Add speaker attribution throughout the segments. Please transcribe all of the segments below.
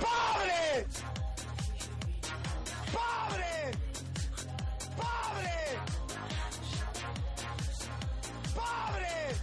Speaker 1: ¡Padre! ¡Padre! ¡Padre! ¡Padre!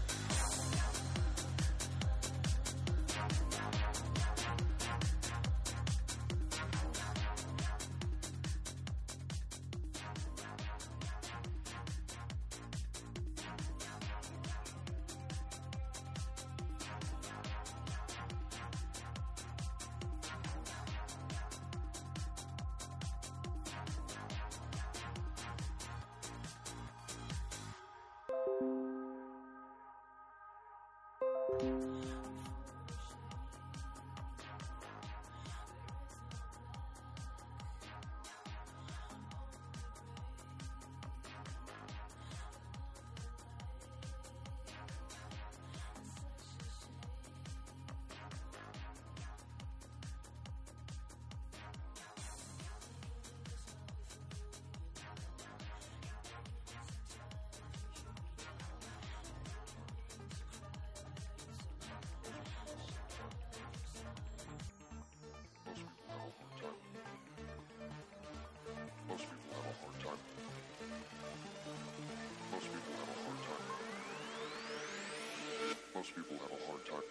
Speaker 2: Most people have a hard time.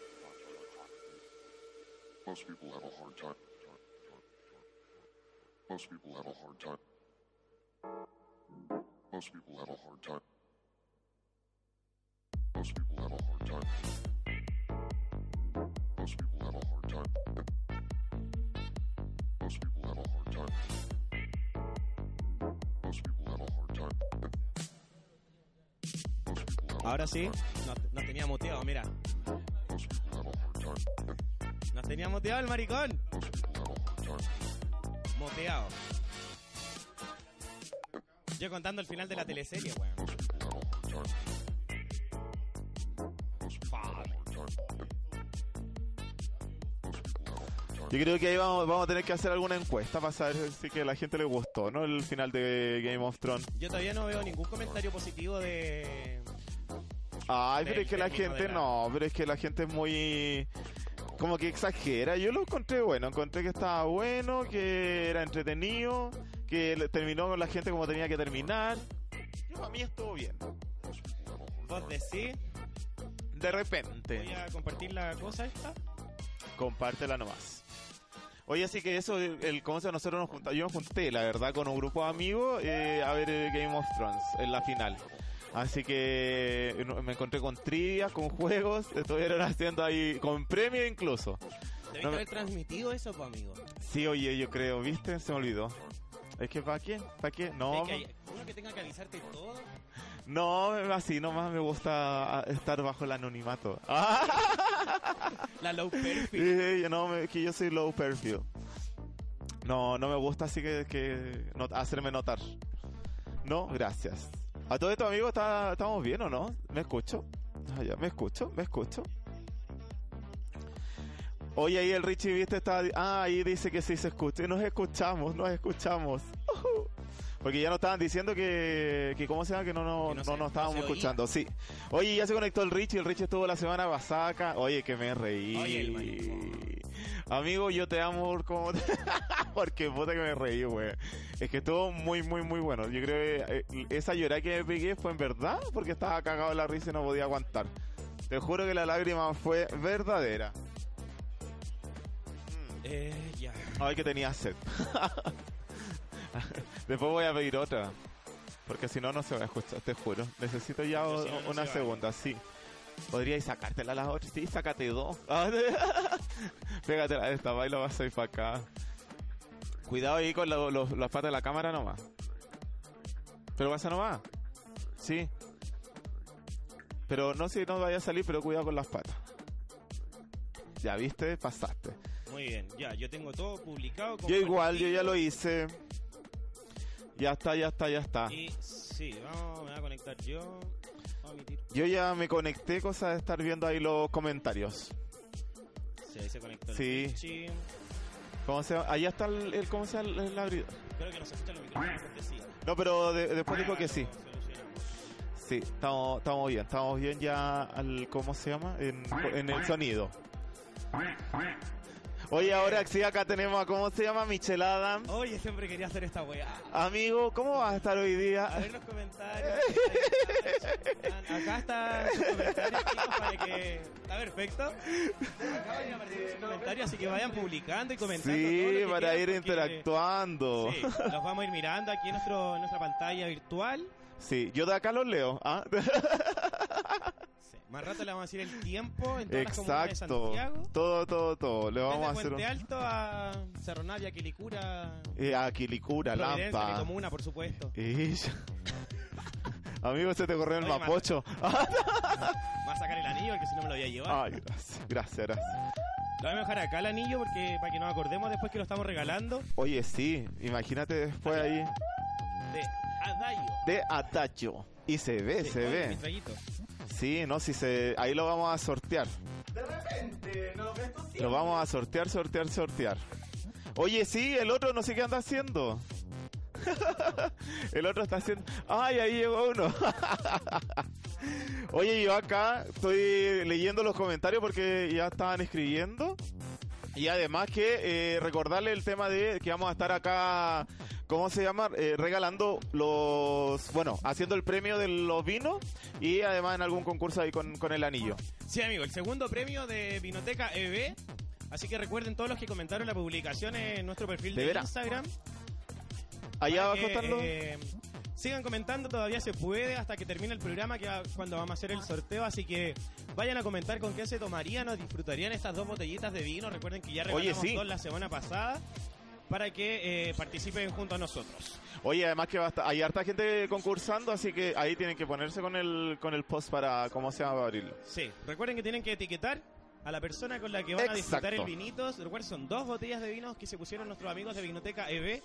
Speaker 2: Most people have a hard time. Most people have a hard time. Most people have a hard time. Most people have a hard time. Most people have a hard time. Most people have a hard time. Most people have a hard time. Most people have a
Speaker 3: Ahora
Speaker 2: hard
Speaker 3: sí,
Speaker 2: time.
Speaker 3: nos, nos tenía muteado, mira.
Speaker 2: Most people have a hard time.
Speaker 3: Nos tenía muteado el maricón. Muteado. Yo contando el final de la teleserie, weón. Fuck.
Speaker 4: Yo creo que ahí vamos, vamos a tener que hacer alguna encuesta para saber si que a la gente le gustó, ¿no? El final de Game of Thrones.
Speaker 3: Yo todavía no veo ningún comentario positivo de...
Speaker 4: Ay,
Speaker 3: Del
Speaker 4: pero es que la
Speaker 3: término
Speaker 4: gente
Speaker 3: de la-
Speaker 4: no, pero es que la gente es muy... Como que exagera. Yo lo encontré bueno, encontré que estaba bueno, que era entretenido, que le- terminó con la gente como tenía que terminar. Yo para mí estuvo bien.
Speaker 3: Vos decís,
Speaker 4: De repente.
Speaker 3: voy a compartir la cosa esta.
Speaker 4: compártela nomás. Oye, así que eso, el, el- cómo se llama? nosotros nos juntamos, yo me junté, la verdad, con un grupo de amigos eh, a ver eh, Game of Thrones en la final. Así que eh, no- me encontré con trivias, con juegos, estuvieron haciendo ahí, con premios incluso.
Speaker 3: Debiste
Speaker 4: No me-
Speaker 3: haber transmitido eso, pues, amigo.
Speaker 4: Sí, oye, yo creo, ¿viste? Se me olvidó. Es que, ¿para qué? ¿Para qué? No,
Speaker 3: Es que hay- uno que tenga que avisarte todo.
Speaker 4: no, así nomás me gusta ah, estar bajo el anonimato.
Speaker 3: La low perfil.
Speaker 4: Eh, yo no, me- que yo soy low perfil. No, no me gusta así que, que no- hacerme notar. No, gracias. A todo esto, amigo, ¿está- ¿estamos bien o no? ¿Me escucho? Ah, ya, ¿Me escucho? ¿Me escucho? Oye, ahí el Richie, viste, está... Ah, ahí dice que sí se escucha. Nos escuchamos, nos escuchamos. Porque ya nos estaban diciendo que... que ¿Cómo se llama? Que no, no,
Speaker 3: Que
Speaker 4: no,
Speaker 3: no se-
Speaker 4: nos estábamos
Speaker 3: no se oía.
Speaker 4: escuchando, sí. Oye, ya se conectó el Richie. El Richie estuvo la semana pasada acá. Oye, que me reí.
Speaker 3: Oye, el maricón.
Speaker 4: Amigo, yo te amo como... porque puta que me reí, güey. Es que estuvo muy, muy, muy bueno. Yo creo que eh, esa llorada que me pegué fue en verdad porque estaba cagado de la risa y no podía aguantar. Te juro que la lágrima fue verdadera.
Speaker 3: Eh, ya.
Speaker 4: Ay, que tenía sed. Después voy a pedir otra. Porque si no, no se va a escuchar, te juro. Necesito ya
Speaker 3: Porque
Speaker 4: o-
Speaker 3: si no, no
Speaker 4: una
Speaker 3: se va.
Speaker 4: segunda, sí. Podríais sacártela a las otras. Sí, sácate dos. Ah, Pégatela a esta, baila vas a ir para acá. Cuidado ahí con lo- lo- las patas de la cámara nomás. Pero pasa nomás. Sí. Pero no si no vaya a salir, pero cuidado con las patas. Ya viste, pasaste.
Speaker 3: Muy bien, ya. Yo tengo todo publicado.
Speaker 4: Yo igual, yo
Speaker 3: compartido,
Speaker 4: ya lo hice. Ya está, ya está, ya está.
Speaker 3: Y sí, vamos, me voy a conectar yo. Vamos a emitir.
Speaker 4: Yo ya me conecté, cosa de estar viendo ahí los comentarios.
Speaker 3: Sí, ahí se conectó el
Speaker 4: Sí.
Speaker 3: Pichi.
Speaker 4: ¿Cómo se llama? Allá está el, el- ¿cómo se llama? El abri-
Speaker 3: Espero que nos escuchen los micrófonos porque sí.
Speaker 4: No, pero de- después dijo que sí.
Speaker 3: Lo solucionamos.
Speaker 4: Sí, estamos, estamos bien, estamos bien ya al, ¿cómo se llama? En, en el sonido. Oye, ahora sí, acá tenemos a, ¿cómo se llama? Michelle Adam.
Speaker 3: Oye, siempre quería hacer esta weá.
Speaker 4: Ah. Amigo, ¿cómo vas a estar hoy
Speaker 3: A
Speaker 4: día?
Speaker 3: ver los comentarios. Acá están sus comentarios, chicos, para que. Está perfecto. Acá van a aparecer sus comentarios, así que vayan publicando y comentando. todo
Speaker 4: Sí,
Speaker 3: lo que
Speaker 4: para
Speaker 3: quieran,
Speaker 4: ir
Speaker 3: porque-
Speaker 4: interactuando.
Speaker 3: Sí, los vamos a ir mirando aquí en, nuestro, en nuestra pantalla virtual.
Speaker 4: Sí, yo de acá los leo. ¿ah?
Speaker 3: Sí, Más rato le vamos a decir el tiempo en todas las comunidades de
Speaker 4: Exacto.
Speaker 3: Santiago.
Speaker 4: Todo, todo, todo. Le vamos
Speaker 3: Desde
Speaker 4: a hacer un...
Speaker 3: Puente Alto a Cerro Navia, Quilicura,
Speaker 4: Eh, a Quilicura,
Speaker 3: Providencia, mi
Speaker 4: Lampa.
Speaker 3: comuna, por supuesto.
Speaker 4: Y- Amigo, se te corrió el
Speaker 3: Oye,
Speaker 4: mapocho.
Speaker 3: Va a sacar el anillo, el que si no me lo voy a llevar.
Speaker 4: Ay, gracias, gracias, gracias.
Speaker 3: Lo voy a dejar acá el anillo porque para que nos acordemos después que lo estamos regalando
Speaker 4: Oye, sí, imagínate después ahí
Speaker 3: de Adayo.
Speaker 4: de atacho. Y se ve,
Speaker 3: Sí,
Speaker 4: se
Speaker 3: oye,
Speaker 4: ve.
Speaker 3: mi traguito.
Speaker 4: Sí, no, si se... Ahí lo vamos a sortear. Lo vamos a sortear, sortear, sortear. Oye, sí, el otro no sé qué anda haciendo. el otro está haciendo... ¡Ay, ahí llegó uno! Oye, yo acá estoy leyendo los comentarios porque ya estaban escribiendo. Y además que eh, recordarle el tema de que vamos a estar acá, ¿cómo se llama? Eh, regalando los, bueno, haciendo el premio de los vinos y además en algún concurso ahí con, con el anillo.
Speaker 3: Sí, amigo, el segundo premio de Vinoteca EB. Así que recuerden todos los que comentaron la publicación en nuestro perfil
Speaker 4: De
Speaker 3: de,
Speaker 4: veras.
Speaker 3: Instagram.
Speaker 4: Allá
Speaker 3: para
Speaker 4: abajo
Speaker 3: que,
Speaker 4: están los...
Speaker 3: eh, sigan comentando, todavía se puede hasta que termine el programa, que va- cuando vamos a hacer el sorteo. Así que vayan a comentar con qué se tomarían o disfrutarían estas dos botellitas de vino. Recuerden que ya regalamos
Speaker 4: sí.
Speaker 3: dos la semana pasada para que eh, participen junto a nosotros.
Speaker 4: Oye, además que va a estar- hay harta gente concursando, así que ahí tienen que ponerse con el, con el post para, ¿cómo se llama? Para abrirlo.
Speaker 3: Sí, recuerden que tienen que etiquetar a la persona con la que van a disfrutar el
Speaker 4: Exacto.
Speaker 3: vinito. Recuerden, son dos botellas de vinos que se pusieron nuestros amigos de Vinoteca EB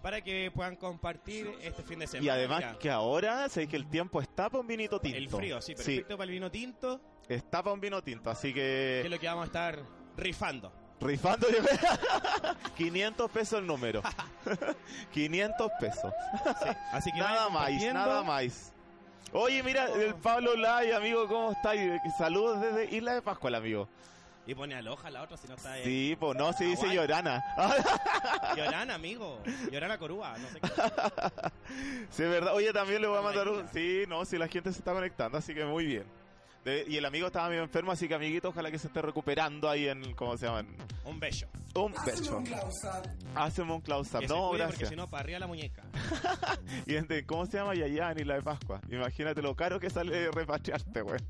Speaker 3: para que puedan compartir este fin de semana.
Speaker 4: Y además
Speaker 3: Mira,
Speaker 4: que ahora, sé que el tiempo está para un vinito tinto.
Speaker 3: el frío, sí, perfecto para el vino tinto,
Speaker 4: está para un vino tinto, así
Speaker 3: que es lo que vamos a estar rifando.
Speaker 4: Rifando yo 500 pesos el número. 500 pesos.
Speaker 3: Así que
Speaker 4: Nada
Speaker 3: vayan
Speaker 4: más,
Speaker 3: compartiendo.
Speaker 4: nada más. Oye, mira, el Pablo Lai, amigo, ¿cómo estáis? Saludos desde Isla de Pascual, amigo.
Speaker 3: Y pone aloja la otra si no está eh, ahí.
Speaker 4: Sí, pues no, se dice
Speaker 3: Aguay.
Speaker 4: Llorana. Ah,
Speaker 3: Llorana, amigo. Llorana Corúa, no sé qué.
Speaker 4: Sí, es verdad. Oye, también le voy a
Speaker 3: Con la
Speaker 4: mandar un...
Speaker 3: isla.
Speaker 4: Sí, no, si la gente se está conectando, así que muy bien. De- Y el amigo estaba medio enfermo, así que amiguito, ojalá que se esté recuperando ahí en, ¿cómo se llaman?
Speaker 3: Un bello.
Speaker 4: Un pecho. Hacemos un close up.
Speaker 3: Que se
Speaker 4: No,
Speaker 3: cuide Porque
Speaker 4: gracias.
Speaker 3: si no, para arriba la muñeca.
Speaker 4: Y gente, ¿cómo se llama Yayan y la de Pascua? Imagínate lo caro que sale repatriarte, güey.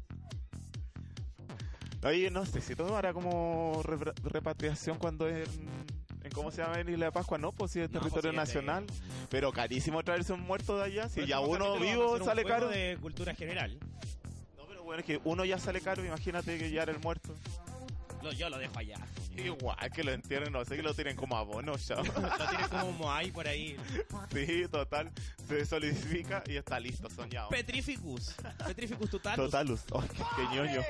Speaker 4: Oye, no sé si todo hará como repra- repatriación cuando es en, en cómo se llama en Isla de Pascua, no, pues si es
Speaker 3: No, pues
Speaker 4: territorio
Speaker 3: sí, es de-
Speaker 4: nacional. Pero carísimo traerse un muerto de allá, si
Speaker 3: Pero
Speaker 4: ya
Speaker 3: esto justamente
Speaker 4: uno
Speaker 3: lo vamos a
Speaker 4: vivo
Speaker 3: hacer un
Speaker 4: sale
Speaker 3: juego
Speaker 4: caro.
Speaker 3: de cultura general.
Speaker 4: No, pero bueno, es que uno ya sale caro, imagínate que ya era el muerto.
Speaker 3: Lo- yo lo dejo allá.
Speaker 4: Igual que lo entierren, no sé que lo tienen como abono ya.
Speaker 3: Lo tienen como un Moai por ahí.
Speaker 4: sí, total. Se solidifica y está listo, soñado.
Speaker 3: Petrificus. Petrificus total.
Speaker 4: Totalus. Oh, qué, qué ñoño.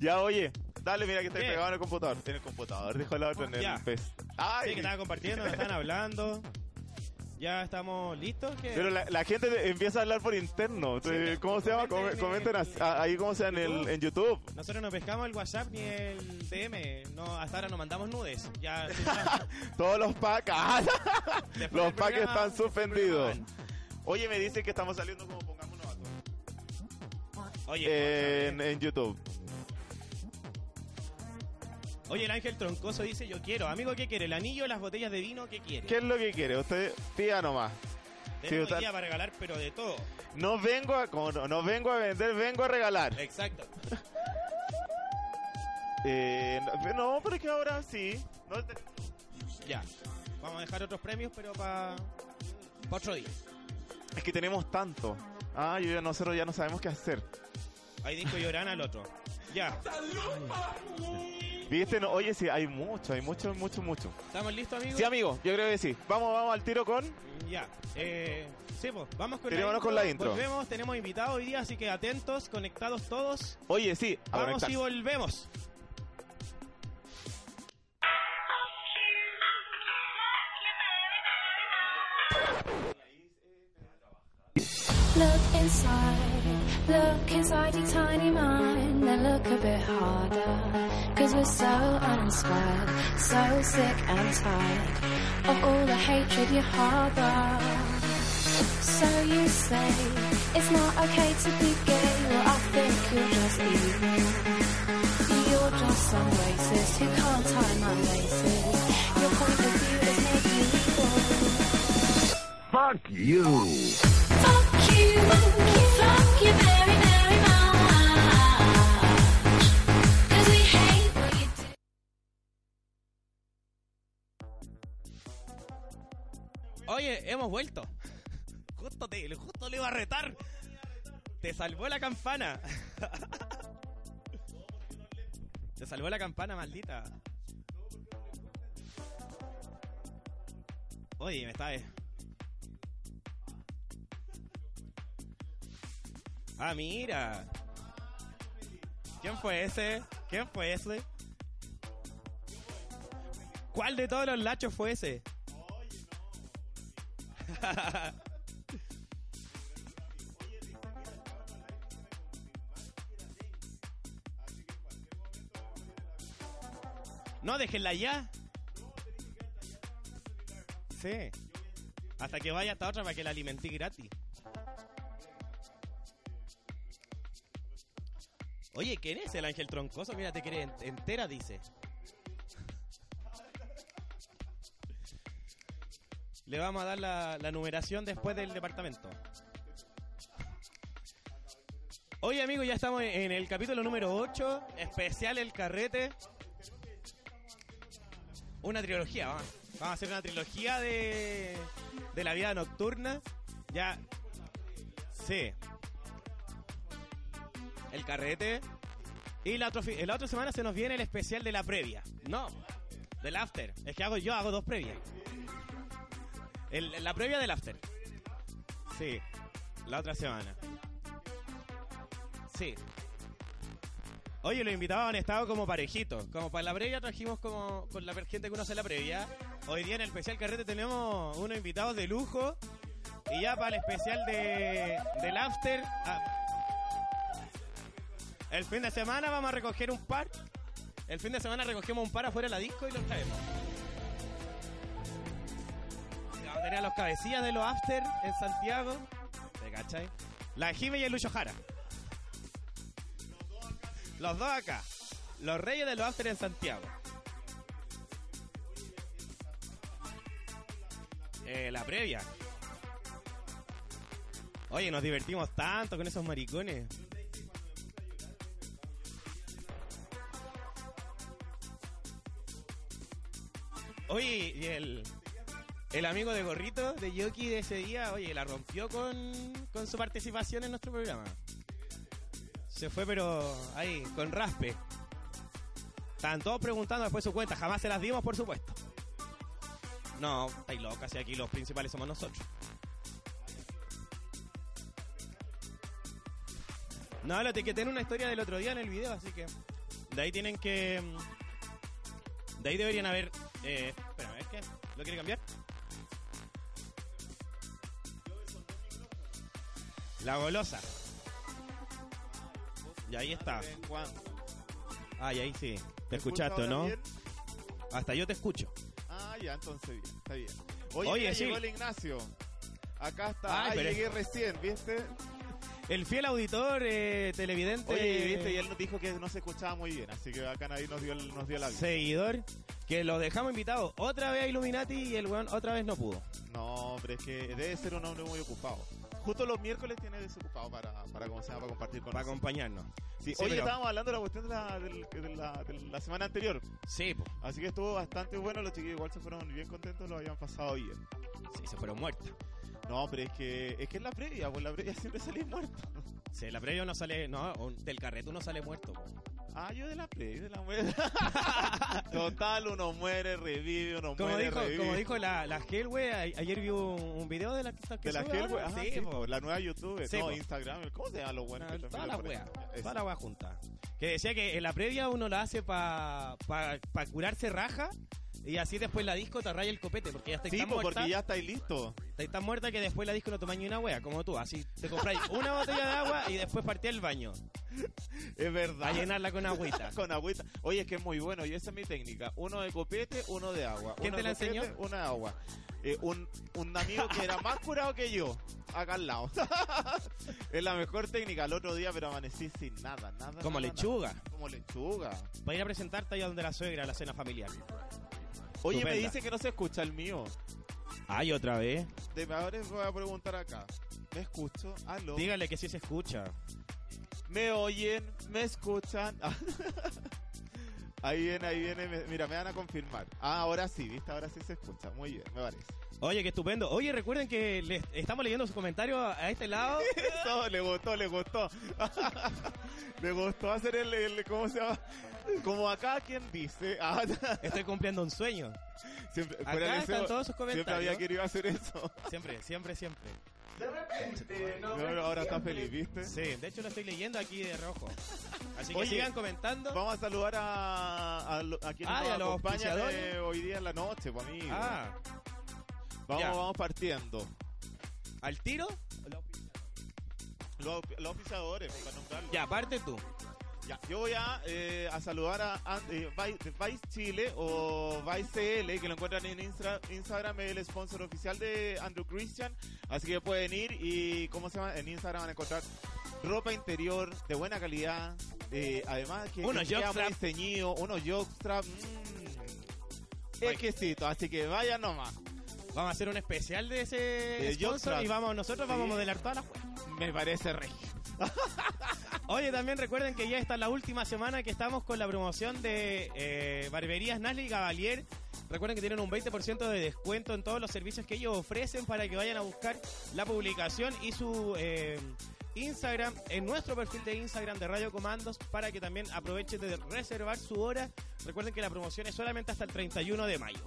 Speaker 4: ya, oye. Dale, mira que estoy
Speaker 3: ¿Qué?
Speaker 4: pegado en el computador. En el computador, dijo la otra en el
Speaker 3: Ya.
Speaker 4: pez. Ay,
Speaker 3: Sí, que estaban compartiendo, que estaban hablando. Ya estamos listos. ¿qué?
Speaker 4: pero la, la gente de- empieza a hablar por interno. Entonces,
Speaker 3: ya.
Speaker 4: ¿Cómo se llama?
Speaker 3: Comenten
Speaker 4: Com-
Speaker 3: en
Speaker 4: Comenten
Speaker 3: el-
Speaker 4: as- a- ahí, ¿cómo se llama? En, el-
Speaker 3: YouTube.
Speaker 4: en YouTube.
Speaker 3: Nosotros no pescamos el WhatsApp ni el DM. No, hasta ahora nos mandamos nudes. Ya, después
Speaker 4: Todos los packs. Ah,
Speaker 3: del
Speaker 4: los
Speaker 3: programa- después del
Speaker 4: packs están
Speaker 3: Este programa
Speaker 4: suspendidos.
Speaker 3: van.
Speaker 4: Oye, me dicen que estamos saliendo como pongámonos a todos.
Speaker 3: Oye, eh,
Speaker 4: en, en YouTube.
Speaker 3: Oye, el ángel troncoso dice, yo quiero. Amigo, ¿qué quiere? ¿El anillo, las botellas de vino? ¿Qué quiere?
Speaker 4: ¿Qué es lo que quiere? Usted pida nomás. sí,
Speaker 3: Tenemos
Speaker 4: está-
Speaker 3: guía para regalar, pero de todo.
Speaker 4: No vengo a, como no, no vengo a vender, vengo a regalar.
Speaker 3: Exacto.
Speaker 4: Eh, no, no, pero es que ahora sí. No, te-
Speaker 3: Ya. Vamos a dejar otros premios, pero para otro día.
Speaker 4: es que tenemos tanto. Ah, yo ya- nosotros ya no sabemos qué hacer.
Speaker 3: Ahí dijo llorán al otro. Ya.
Speaker 4: Viste, este no, oye, sí, hay mucho, hay mucho, mucho, mucho.
Speaker 3: ¿Estamos listos, amigos?
Speaker 4: Sí, amigo, yo creo que sí. Vamos, vamos al tiro con.
Speaker 3: Ya. Eh, sí, pues, vamos con
Speaker 4: Tirémonos con la intro.
Speaker 3: Volvemos, tenemos invitados hoy día, así que atentos, conectados todos.
Speaker 4: Oye, sí, a
Speaker 3: Vamos
Speaker 4: conectarse.
Speaker 3: y volvemos.
Speaker 5: Look inside, look inside your tiny mind, then look a bit harder. Cause we're so uninspired, so sick and tired of all the hatred you harbor. So you say it's not okay to be gay, well, I think you're just evil. You're just some racist who can't tie my laces. Your point of view is made you equal.
Speaker 6: Fuck you.
Speaker 5: Fuck you, fuck you very, very much. 'Cause we hate what you do.
Speaker 3: Oye, hemos vuelto. Justo, te, justo le iba a retar. Te salvó la campana. Te salvó la campana, maldita. Oye, me está... Ah, mira. ¿Quién fue ese? ¿Quién fue ese? ¿Cuál de todos los lachos fue ese? No, déjenla ya. Sí. Hasta que vaya hasta otra para que la alimenté gratis. Oye, ¿quién es el ángel troncoso? Mira, te quiere en- entera, dice. Le vamos a dar la, la numeración después del departamento. Oye, amigo, ya estamos en en el capítulo número 8, especial El Carrete. Una trilogía, vamos. Vamos a hacer una trilogía de, de la vida nocturna. Ya. Sí. El Carrete. Y la, otro fi- la otra semana se nos viene el especial de la previa. No, del after. Es que hago yo hago dos previas. El- la previa del after. Sí, la otra semana. Sí. Oye, los invitados han estado como parejitos. Como para la previa trajimos como con la gente que conoce la previa. Hoy día en el especial carrete tenemos unos invitados de lujo. Y ya para el especial de, del after. ah, el fin de semana vamos a recoger un par. El fin de semana recogemos un par afuera de la disco y los traemos. Vamos a tener a los cabecillas de los after en Santiago. ¿Te cachai? La Jime y el Lucho Jara. Los dos acá. Los reyes de los after en Santiago. Eh, la previa. Oye, nos divertimos tanto con esos maricones. Oye, y el, el amigo de Gorrito, de Yoki de ese día, oye, la rompió con, con su participación en nuestro programa. Se fue, pero ahí, con raspe. Estaban todos preguntando después su cuenta, jamás se las dimos, por supuesto. No, estáis locas, y aquí los principales somos nosotros. No, lo etiqueté en una historia del otro día en el video, así que. De ahí tienen que. mm, De ahí deberían haber. Eh, espérame, ¿es que ¿Lo quiere cambiar? La golosa. Y ahí está.
Speaker 4: Juan,
Speaker 3: Ah, y ahí sí. Te
Speaker 4: ¿me
Speaker 3: escuchaste,
Speaker 4: escucha
Speaker 3: ¿no?
Speaker 4: ahora bien?
Speaker 3: Hasta yo te escucho.
Speaker 4: Ah, ya, entonces bien, está bien. Oye,
Speaker 3: Oye,
Speaker 4: mira,
Speaker 3: sí.
Speaker 4: llegó el Ignacio. Acá está.
Speaker 3: Ay,
Speaker 4: Ay,
Speaker 3: pero es-
Speaker 4: llegué recién, ¿viste?
Speaker 3: El fiel auditor, eh, televidente,
Speaker 4: Oye, viste, y él nos dijo que no se escuchaba muy bien, así que acá nadie nos dio, el- nos dio la vida.
Speaker 3: seguidor, que los dejamos invitados otra vez a Illuminati y el weón otra vez no pudo.
Speaker 4: No, hombre, es que debe ser un hombre muy ocupado. Justo los miércoles tiene desocupado para, para, ¿cómo se llama? para compartir con
Speaker 3: Para
Speaker 4: nosotros.
Speaker 3: acompañarnos. Sí,
Speaker 4: Sí, oye,
Speaker 3: pero-
Speaker 4: estábamos hablando de la cuestión de la, del- de la- de la semana anterior,
Speaker 3: Sí, po.
Speaker 4: así que estuvo bastante bueno, los chiquillos igual se fueron bien contentos, lo habían pasado bien.
Speaker 3: Sí, se fueron muertos.
Speaker 4: No, pero es que es que es la previa, pues la previa siempre salís muerto.
Speaker 3: Sí, la previa no sale, no, o del carrete uno sale muerto. po.
Speaker 4: Ah, yo de la previa, de la muerte. Total, uno muere, revive, uno
Speaker 3: Como
Speaker 4: muere,
Speaker 3: dijo,
Speaker 4: revive.
Speaker 3: como dijo la, la Hellway, a- ayer vi un, un video de la que
Speaker 4: de la
Speaker 3: sube
Speaker 4: Hellway,
Speaker 3: ahora.
Speaker 4: ajá,
Speaker 3: ah, Sí,
Speaker 4: sí,
Speaker 3: po.
Speaker 4: po, la nueva youtuber,
Speaker 3: Sí,
Speaker 4: no,
Speaker 3: po.
Speaker 4: Instagram, ¿cómo se llama los buenos?
Speaker 3: Ah,
Speaker 4: que
Speaker 3: Toda la
Speaker 4: transmiten
Speaker 3: wea,
Speaker 4: por ahí? Eso.
Speaker 3: toda la wea junta. Que decía que en la previa uno la hace para pa, pa curarse raja y así después la disco te raya el copete porque ya está
Speaker 4: Sí,
Speaker 3: tan
Speaker 4: po,
Speaker 3: muerta,
Speaker 4: porque ya estáis listo.
Speaker 3: estáis tan muerta que después la disco no tomáis ni una wea, como tú. Así te compráis una botella de agua y después partí al baño
Speaker 4: Es
Speaker 3: a
Speaker 4: verdad.
Speaker 3: llenarla con agüita.
Speaker 4: Con agüita. Oye, es que es muy bueno y esa es mi técnica. Uno de copete, uno de agua.
Speaker 3: ¿Quién
Speaker 4: Uno
Speaker 3: te
Speaker 4: de
Speaker 3: la
Speaker 4: copete,
Speaker 3: enseñó?
Speaker 4: Uno de agua. Eh, un, un amigo que era más curado que yo, acá al lado. es la mejor técnica. El otro día, pero amanecí sin nada, nada.
Speaker 3: Como
Speaker 4: nada,
Speaker 3: lechuga.
Speaker 4: nada. Como lechuga.
Speaker 3: Para ir a presentarte allá donde la suegra, a la cena familiar.
Speaker 4: Oye, me
Speaker 3: Estupenda.
Speaker 4: dice que no se escucha el mío.
Speaker 3: Ay, otra vez.
Speaker 4: De ahora les voy a preguntar acá. ¿Me escucho? ¿Aló?
Speaker 3: Dígale que sí se escucha.
Speaker 4: ¿Me oyen? ¿Me escuchan? ahí viene, ahí viene. me- Mira, me van a confirmar. Ah, ahora sí, ¿viste? Ahora sí se escucha. Muy bien, me parece.
Speaker 3: Oye, qué estupendo. Oye, recuerden que les estamos leyendo sus comentarios a este lado.
Speaker 4: Todo le gustó, le gustó. le gustó hacer el, el- ¿cómo se llama? Como acá quien dice. Ah,
Speaker 3: Estoy cumpliendo un sueño.
Speaker 4: siempre,
Speaker 3: Acá
Speaker 4: fuera de
Speaker 3: están todos sus
Speaker 4: Siempre había
Speaker 3: comentarios.
Speaker 4: querido hacer eso.
Speaker 3: Siempre, siempre, siempre.
Speaker 4: Pero ahora está feliz, ¿viste?
Speaker 3: Sí, de hecho lo estoy leyendo aquí de rojo. Así que
Speaker 4: Oye,
Speaker 3: sigan comentando.
Speaker 4: Vamos a saludar a, a, lo- a quienes
Speaker 3: Ah, y
Speaker 4: nos
Speaker 3: a los
Speaker 4: acompañan eh,
Speaker 3: auspiciadores.
Speaker 4: hoy día en la noche, pues amigo.
Speaker 3: Ah,
Speaker 4: vamos,
Speaker 3: ya.
Speaker 4: vamos partiendo.
Speaker 3: ¿al tiro?
Speaker 4: Los, los auspiciadores, para nombrarlos.
Speaker 3: Ya, parte tú.
Speaker 4: Ya, yo voy a, eh, a saludar a, a- eh, Vice, de Vice Chile o Vice CL, que lo encuentran en Instra- Instagram, es el sponsor oficial de Andrew Christian. Así que pueden ir y, ¿cómo se llama? En Instagram van a encontrar ropa interior de buena calidad. eh, además, que
Speaker 3: Unos
Speaker 4: que queda muy
Speaker 3: jockstrap.
Speaker 4: ceñido, unos jockstrap. mmm, exquisito, así que vayan nomás.
Speaker 3: Vamos a hacer un especial de ese
Speaker 4: De
Speaker 3: sponsor
Speaker 4: Jockstrap.
Speaker 3: y vamos nosotros vamos a
Speaker 4: Sí.
Speaker 3: modelar todas las jue-
Speaker 4: Me parece rey.
Speaker 3: Oye, también recuerden que ya está la última semana que estamos con la promoción de eh, Barberías Nasli y Gavalier. Recuerden que tienen un 20% de descuento en todos los servicios que ellos ofrecen para que vayan a buscar la publicación y su eh, Instagram en nuestro perfil de Instagram de Radio Comandos para que también aprovechen de reservar su hora. Recuerden que la promoción es solamente hasta el 31 de mayo.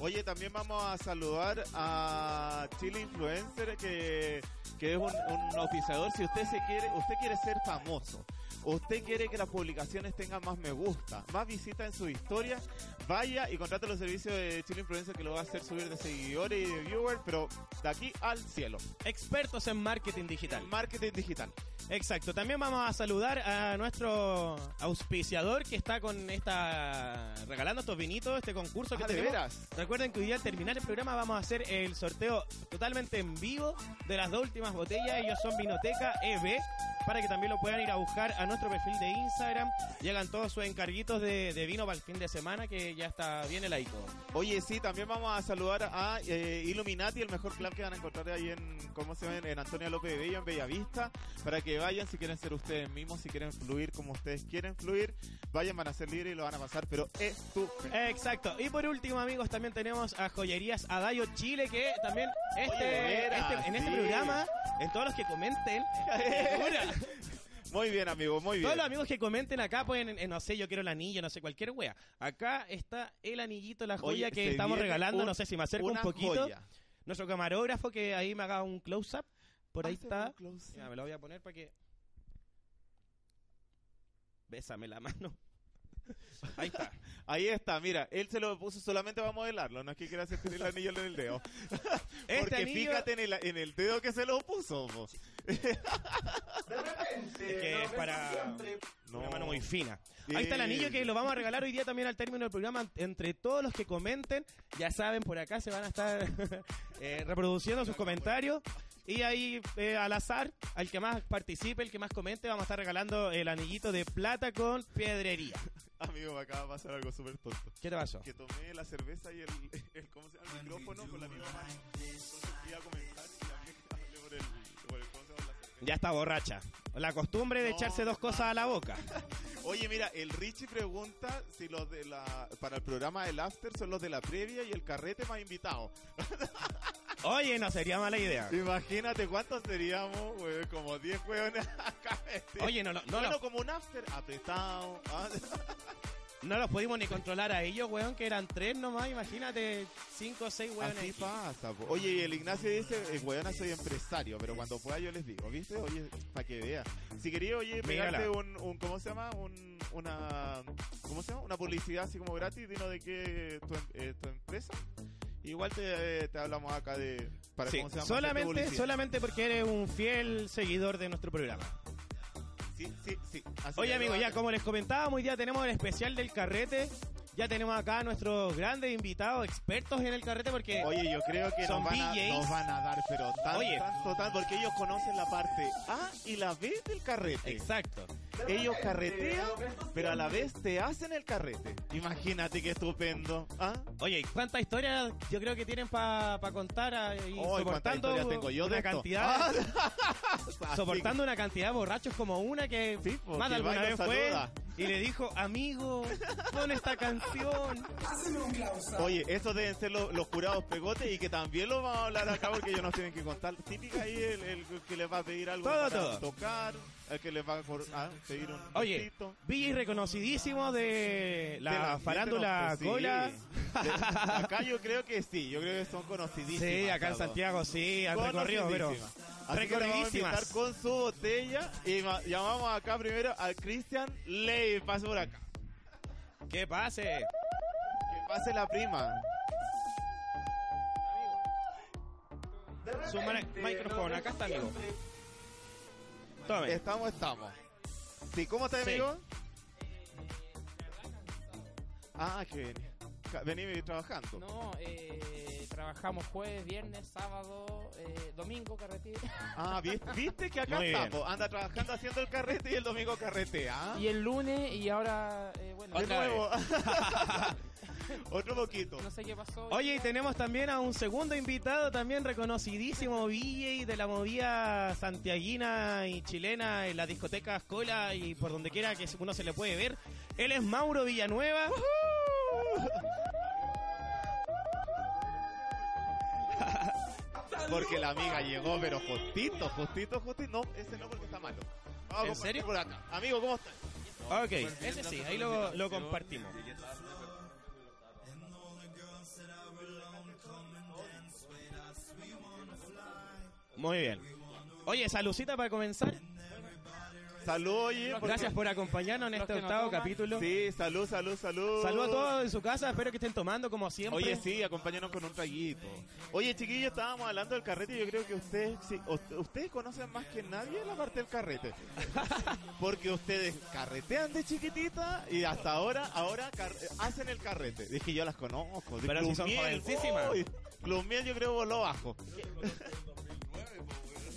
Speaker 4: Oye, también vamos a saludar a Chile Influencer, que, que es un, un oficiador. Si usted se quiere, usted quiere ser famoso, usted quiere que las publicaciones tengan más me gusta, más visitas en su historia, vaya y contrate los servicios de Chile Influencer que lo va a hacer subir de seguidores y de viewers, pero de aquí al cielo.
Speaker 3: Expertos en marketing digital.
Speaker 4: Marketing digital.
Speaker 3: Exacto, también vamos a saludar a nuestro auspiciador que está con esta regalando estos vinitos, este concurso que
Speaker 4: Ah, ¿de
Speaker 3: tenemos.
Speaker 4: veras?
Speaker 3: Recuerden que hoy día al terminar el programa vamos a hacer el sorteo totalmente en vivo de las dos últimas botellas. Ellos son Vinoteca EB para que también lo puedan ir a buscar a nuestro perfil de Instagram. Llegan todos sus encarguitos de, de vino para el fin de semana que ya está bien el aico.
Speaker 4: Oye, sí, también vamos a saludar a eh, Illuminati, el mejor club que van a encontrar ahí en, ¿cómo se ven? En Antonia López de Bello, en Bellavista, para que vayan si quieren ser ustedes mismos, si quieren fluir como ustedes quieren fluir, vayan, van a ser libres y lo van a pasar, pero estupendo.
Speaker 3: Exacto. Y por último, amigos, también tenemos a Joyerías Adayo Chile, que también este,
Speaker 4: Oye, de veras,
Speaker 3: este- en este
Speaker 4: sí.
Speaker 3: programa, en todos los que comenten, Mira,
Speaker 4: Muy bien, amigo, muy bien.
Speaker 3: todos los amigos que comenten acá pueden, en- en, no sé, yo quiero el anillo, no sé, cualquier wea. Acá está el anillito, la joya
Speaker 4: Oye,
Speaker 3: que
Speaker 4: se
Speaker 3: estamos
Speaker 4: viene
Speaker 3: regalando,
Speaker 4: un-
Speaker 3: no sé si me acerco un
Speaker 4: una
Speaker 3: poquito.
Speaker 4: joya.
Speaker 3: Nuestro camarógrafo que ahí me haga un close-up. Por ahí
Speaker 4: Hazme Ah, un
Speaker 3: está.
Speaker 4: close-up.
Speaker 3: Mira, me lo voy a poner para que... Bésame la mano. Ahí está.
Speaker 4: Ahí está, mira, él se lo puso solamente para modelarlo, no es que quiera hacer el anillo en el dedo.
Speaker 3: Este
Speaker 4: Porque
Speaker 3: anillo-
Speaker 4: fíjate en el, en el dedo que se lo puso. po.
Speaker 3: Es que es para una
Speaker 4: No.
Speaker 3: mano muy fina.
Speaker 4: Sí.
Speaker 3: Ahí está el anillo que lo vamos a regalar hoy día también al término del programa. Entre todos los que comenten, ya saben, por acá se van a estar eh, reproduciendo sus comentarios. Y ahí, eh, al azar, al que más participe, el que más comente, vamos a estar regalando el anillito de plata con piedrería.
Speaker 4: Amigo, me acaba de pasar algo súper tonto.
Speaker 3: ¿Qué te pasó?
Speaker 4: Que tomé la cerveza y el, el, ¿cómo se llama? el micrófono con la misma mano. Entonces iba a comentar y también hablé por el, por el, ¿cómo se llama? La cerveza.
Speaker 3: Ya está borracha. La costumbre de
Speaker 4: No,
Speaker 3: echarse dos cosas a la boca.
Speaker 4: Oye, mira, el Richie pregunta si los de la, para el programa del After son los de la previa y el carrete más invitados.
Speaker 3: Oye, no sería mala idea.
Speaker 4: Imagínate cuántos seríamos, güey, como 10 hueones acá. metidos.
Speaker 3: Oye, no, lo- no,
Speaker 4: bueno,
Speaker 3: lo-
Speaker 4: como un after apretado. ah,
Speaker 3: no los pudimos ni controlar a ellos, weón, que eran tres nomás, imagínate, cinco o seis weones.
Speaker 4: Así
Speaker 3: aquí.
Speaker 4: pasa. po. Oye, y el Ignacio dice, eh, weona, soy empresario, pero cuando pueda yo les digo, ¿viste? Oye, para que vea. Si quería, oye,
Speaker 3: Mírala.
Speaker 4: pegarte un, un- ¿cómo se llama? Un, una, ¿cómo se llama? Una publicidad así como gratis, dino de qué tu, em- eh, tu empresa. Igual te, eh, te hablamos acá de, para
Speaker 3: Sí,
Speaker 4: cómo se llama. hacer
Speaker 3: solamente,
Speaker 4: publicidad.
Speaker 3: solamente porque eres un fiel seguidor de nuestro programa.
Speaker 4: Sí, sí, sí. Así
Speaker 3: Oye
Speaker 4: que
Speaker 3: amigos,
Speaker 4: lo
Speaker 3: ya
Speaker 4: hagan.
Speaker 3: como les comentábamos, hoy día tenemos el especial del carrete. Ya tenemos acá a nuestros grandes invitados, expertos en el carrete, porque
Speaker 4: Oye, yo creo que
Speaker 3: Son
Speaker 4: nos van, a,
Speaker 3: VJs.
Speaker 4: nos van a dar, pero tan,
Speaker 3: Oye.
Speaker 4: tanto, tan, porque ellos conocen la parte A y la B del carrete.
Speaker 3: Exacto.
Speaker 4: Ellos carretean, pero a la vez te hacen el carrete. Imagínate qué estupendo. ¿Ah?
Speaker 3: Oye, ¿cuántas historias yo creo que tienen para contar? ah, Y
Speaker 4: Hoy, ¿cuántas
Speaker 3: soportando
Speaker 4: historias tengo yo
Speaker 3: una
Speaker 4: de esto?
Speaker 3: cantidad,
Speaker 4: Ah,
Speaker 3: soportando una cantidad de borrachos como una que
Speaker 4: Sí, pues, porque
Speaker 3: más de
Speaker 4: va y
Speaker 3: alguna
Speaker 4: nos
Speaker 3: vez fue
Speaker 4: saluda.
Speaker 3: y le dijo, amigo, pon esta canción.
Speaker 4: así que- Oye, esos deben ser los, los jurados pegotes y que también lo vamos a hablar acá porque ellos nos tienen que contar. Típica ahí el, el que les va a pedir algo
Speaker 3: Todo,
Speaker 4: para
Speaker 3: todo.
Speaker 4: tocar, el que les va a cor- ah, pedir un
Speaker 3: Oye,
Speaker 4: besito.
Speaker 3: Villa y reconocidísimo de la,
Speaker 4: De la-
Speaker 3: farándula
Speaker 4: sí.
Speaker 3: cola.
Speaker 4: De- acá yo creo que sí, yo creo que son conocidísimos.
Speaker 3: Sí, acá en Santiago, sí, al recorrido, pero...
Speaker 4: Recorridísimas.
Speaker 3: Recorridísimas.
Speaker 4: con su botella y ma- llamamos acá primero al Christian Ley. Pase por acá.
Speaker 3: Que pase.
Speaker 4: Que pase la prima.
Speaker 3: Su mara- micrófono, acá está, amigo. Tome.
Speaker 4: Estamos, estamos. Sí, ¿cómo estás,
Speaker 3: Sí.
Speaker 4: amigo? Ah, que vení. Ca- Vení vení trabajando.
Speaker 7: No, eh, trabajamos jueves, viernes, sábado, eh, domingo, carretera.
Speaker 4: Ah, vi- ¿viste, que acá
Speaker 3: Muy
Speaker 4: está,
Speaker 3: bien.
Speaker 4: po? Anda trabajando haciendo el carrete y el domingo carretea. ¿ah?
Speaker 7: Y el lunes, y ahora, eh, bueno,
Speaker 4: De
Speaker 3: Otra vez.
Speaker 4: nuevo. Otro poquito.
Speaker 7: no sé qué pasó.
Speaker 3: Oye, y tenemos también a un segundo invitado, también reconocidísimo DJ de la movida santiaguina y chilena en las discotecas cola y por donde quiera que uno se le puede ver. Él es Mauro Villanueva.
Speaker 4: Porque la amiga llegó, pero justito, justito, justito. No, ese no porque está malo.
Speaker 3: ¿En
Speaker 4: Vamos a compartir
Speaker 3: serio?
Speaker 4: Por acá. Amigo, ¿cómo estás?
Speaker 3: Ok, ese sí, ahí lo, lo compartimos. Muy bien. Oye, saludcita para comenzar.
Speaker 4: Salud, oye. porque-
Speaker 3: Gracias por acompañarnos en
Speaker 7: Los
Speaker 3: este
Speaker 7: que no
Speaker 3: octavo
Speaker 7: toman.
Speaker 3: capítulo.
Speaker 4: Sí, salud, salud, salud.
Speaker 3: Saludos a todos en su casa, espero que estén tomando como siempre.
Speaker 4: Oye, sí, acompáñanos con un traguito. Oye, chiquillos, estábamos hablando del carrete y yo creo que ustedes, sí, u- ustedes conocen más que nadie la parte del carrete. Porque ustedes carretean de chiquitita y hasta ahora, ahora car- hacen el carrete. Dije, yo las conozco. De
Speaker 3: Pero si son
Speaker 4: Club Miel,
Speaker 3: jovencísimas.
Speaker 4: uy, Club Miel yo creo voló bajo.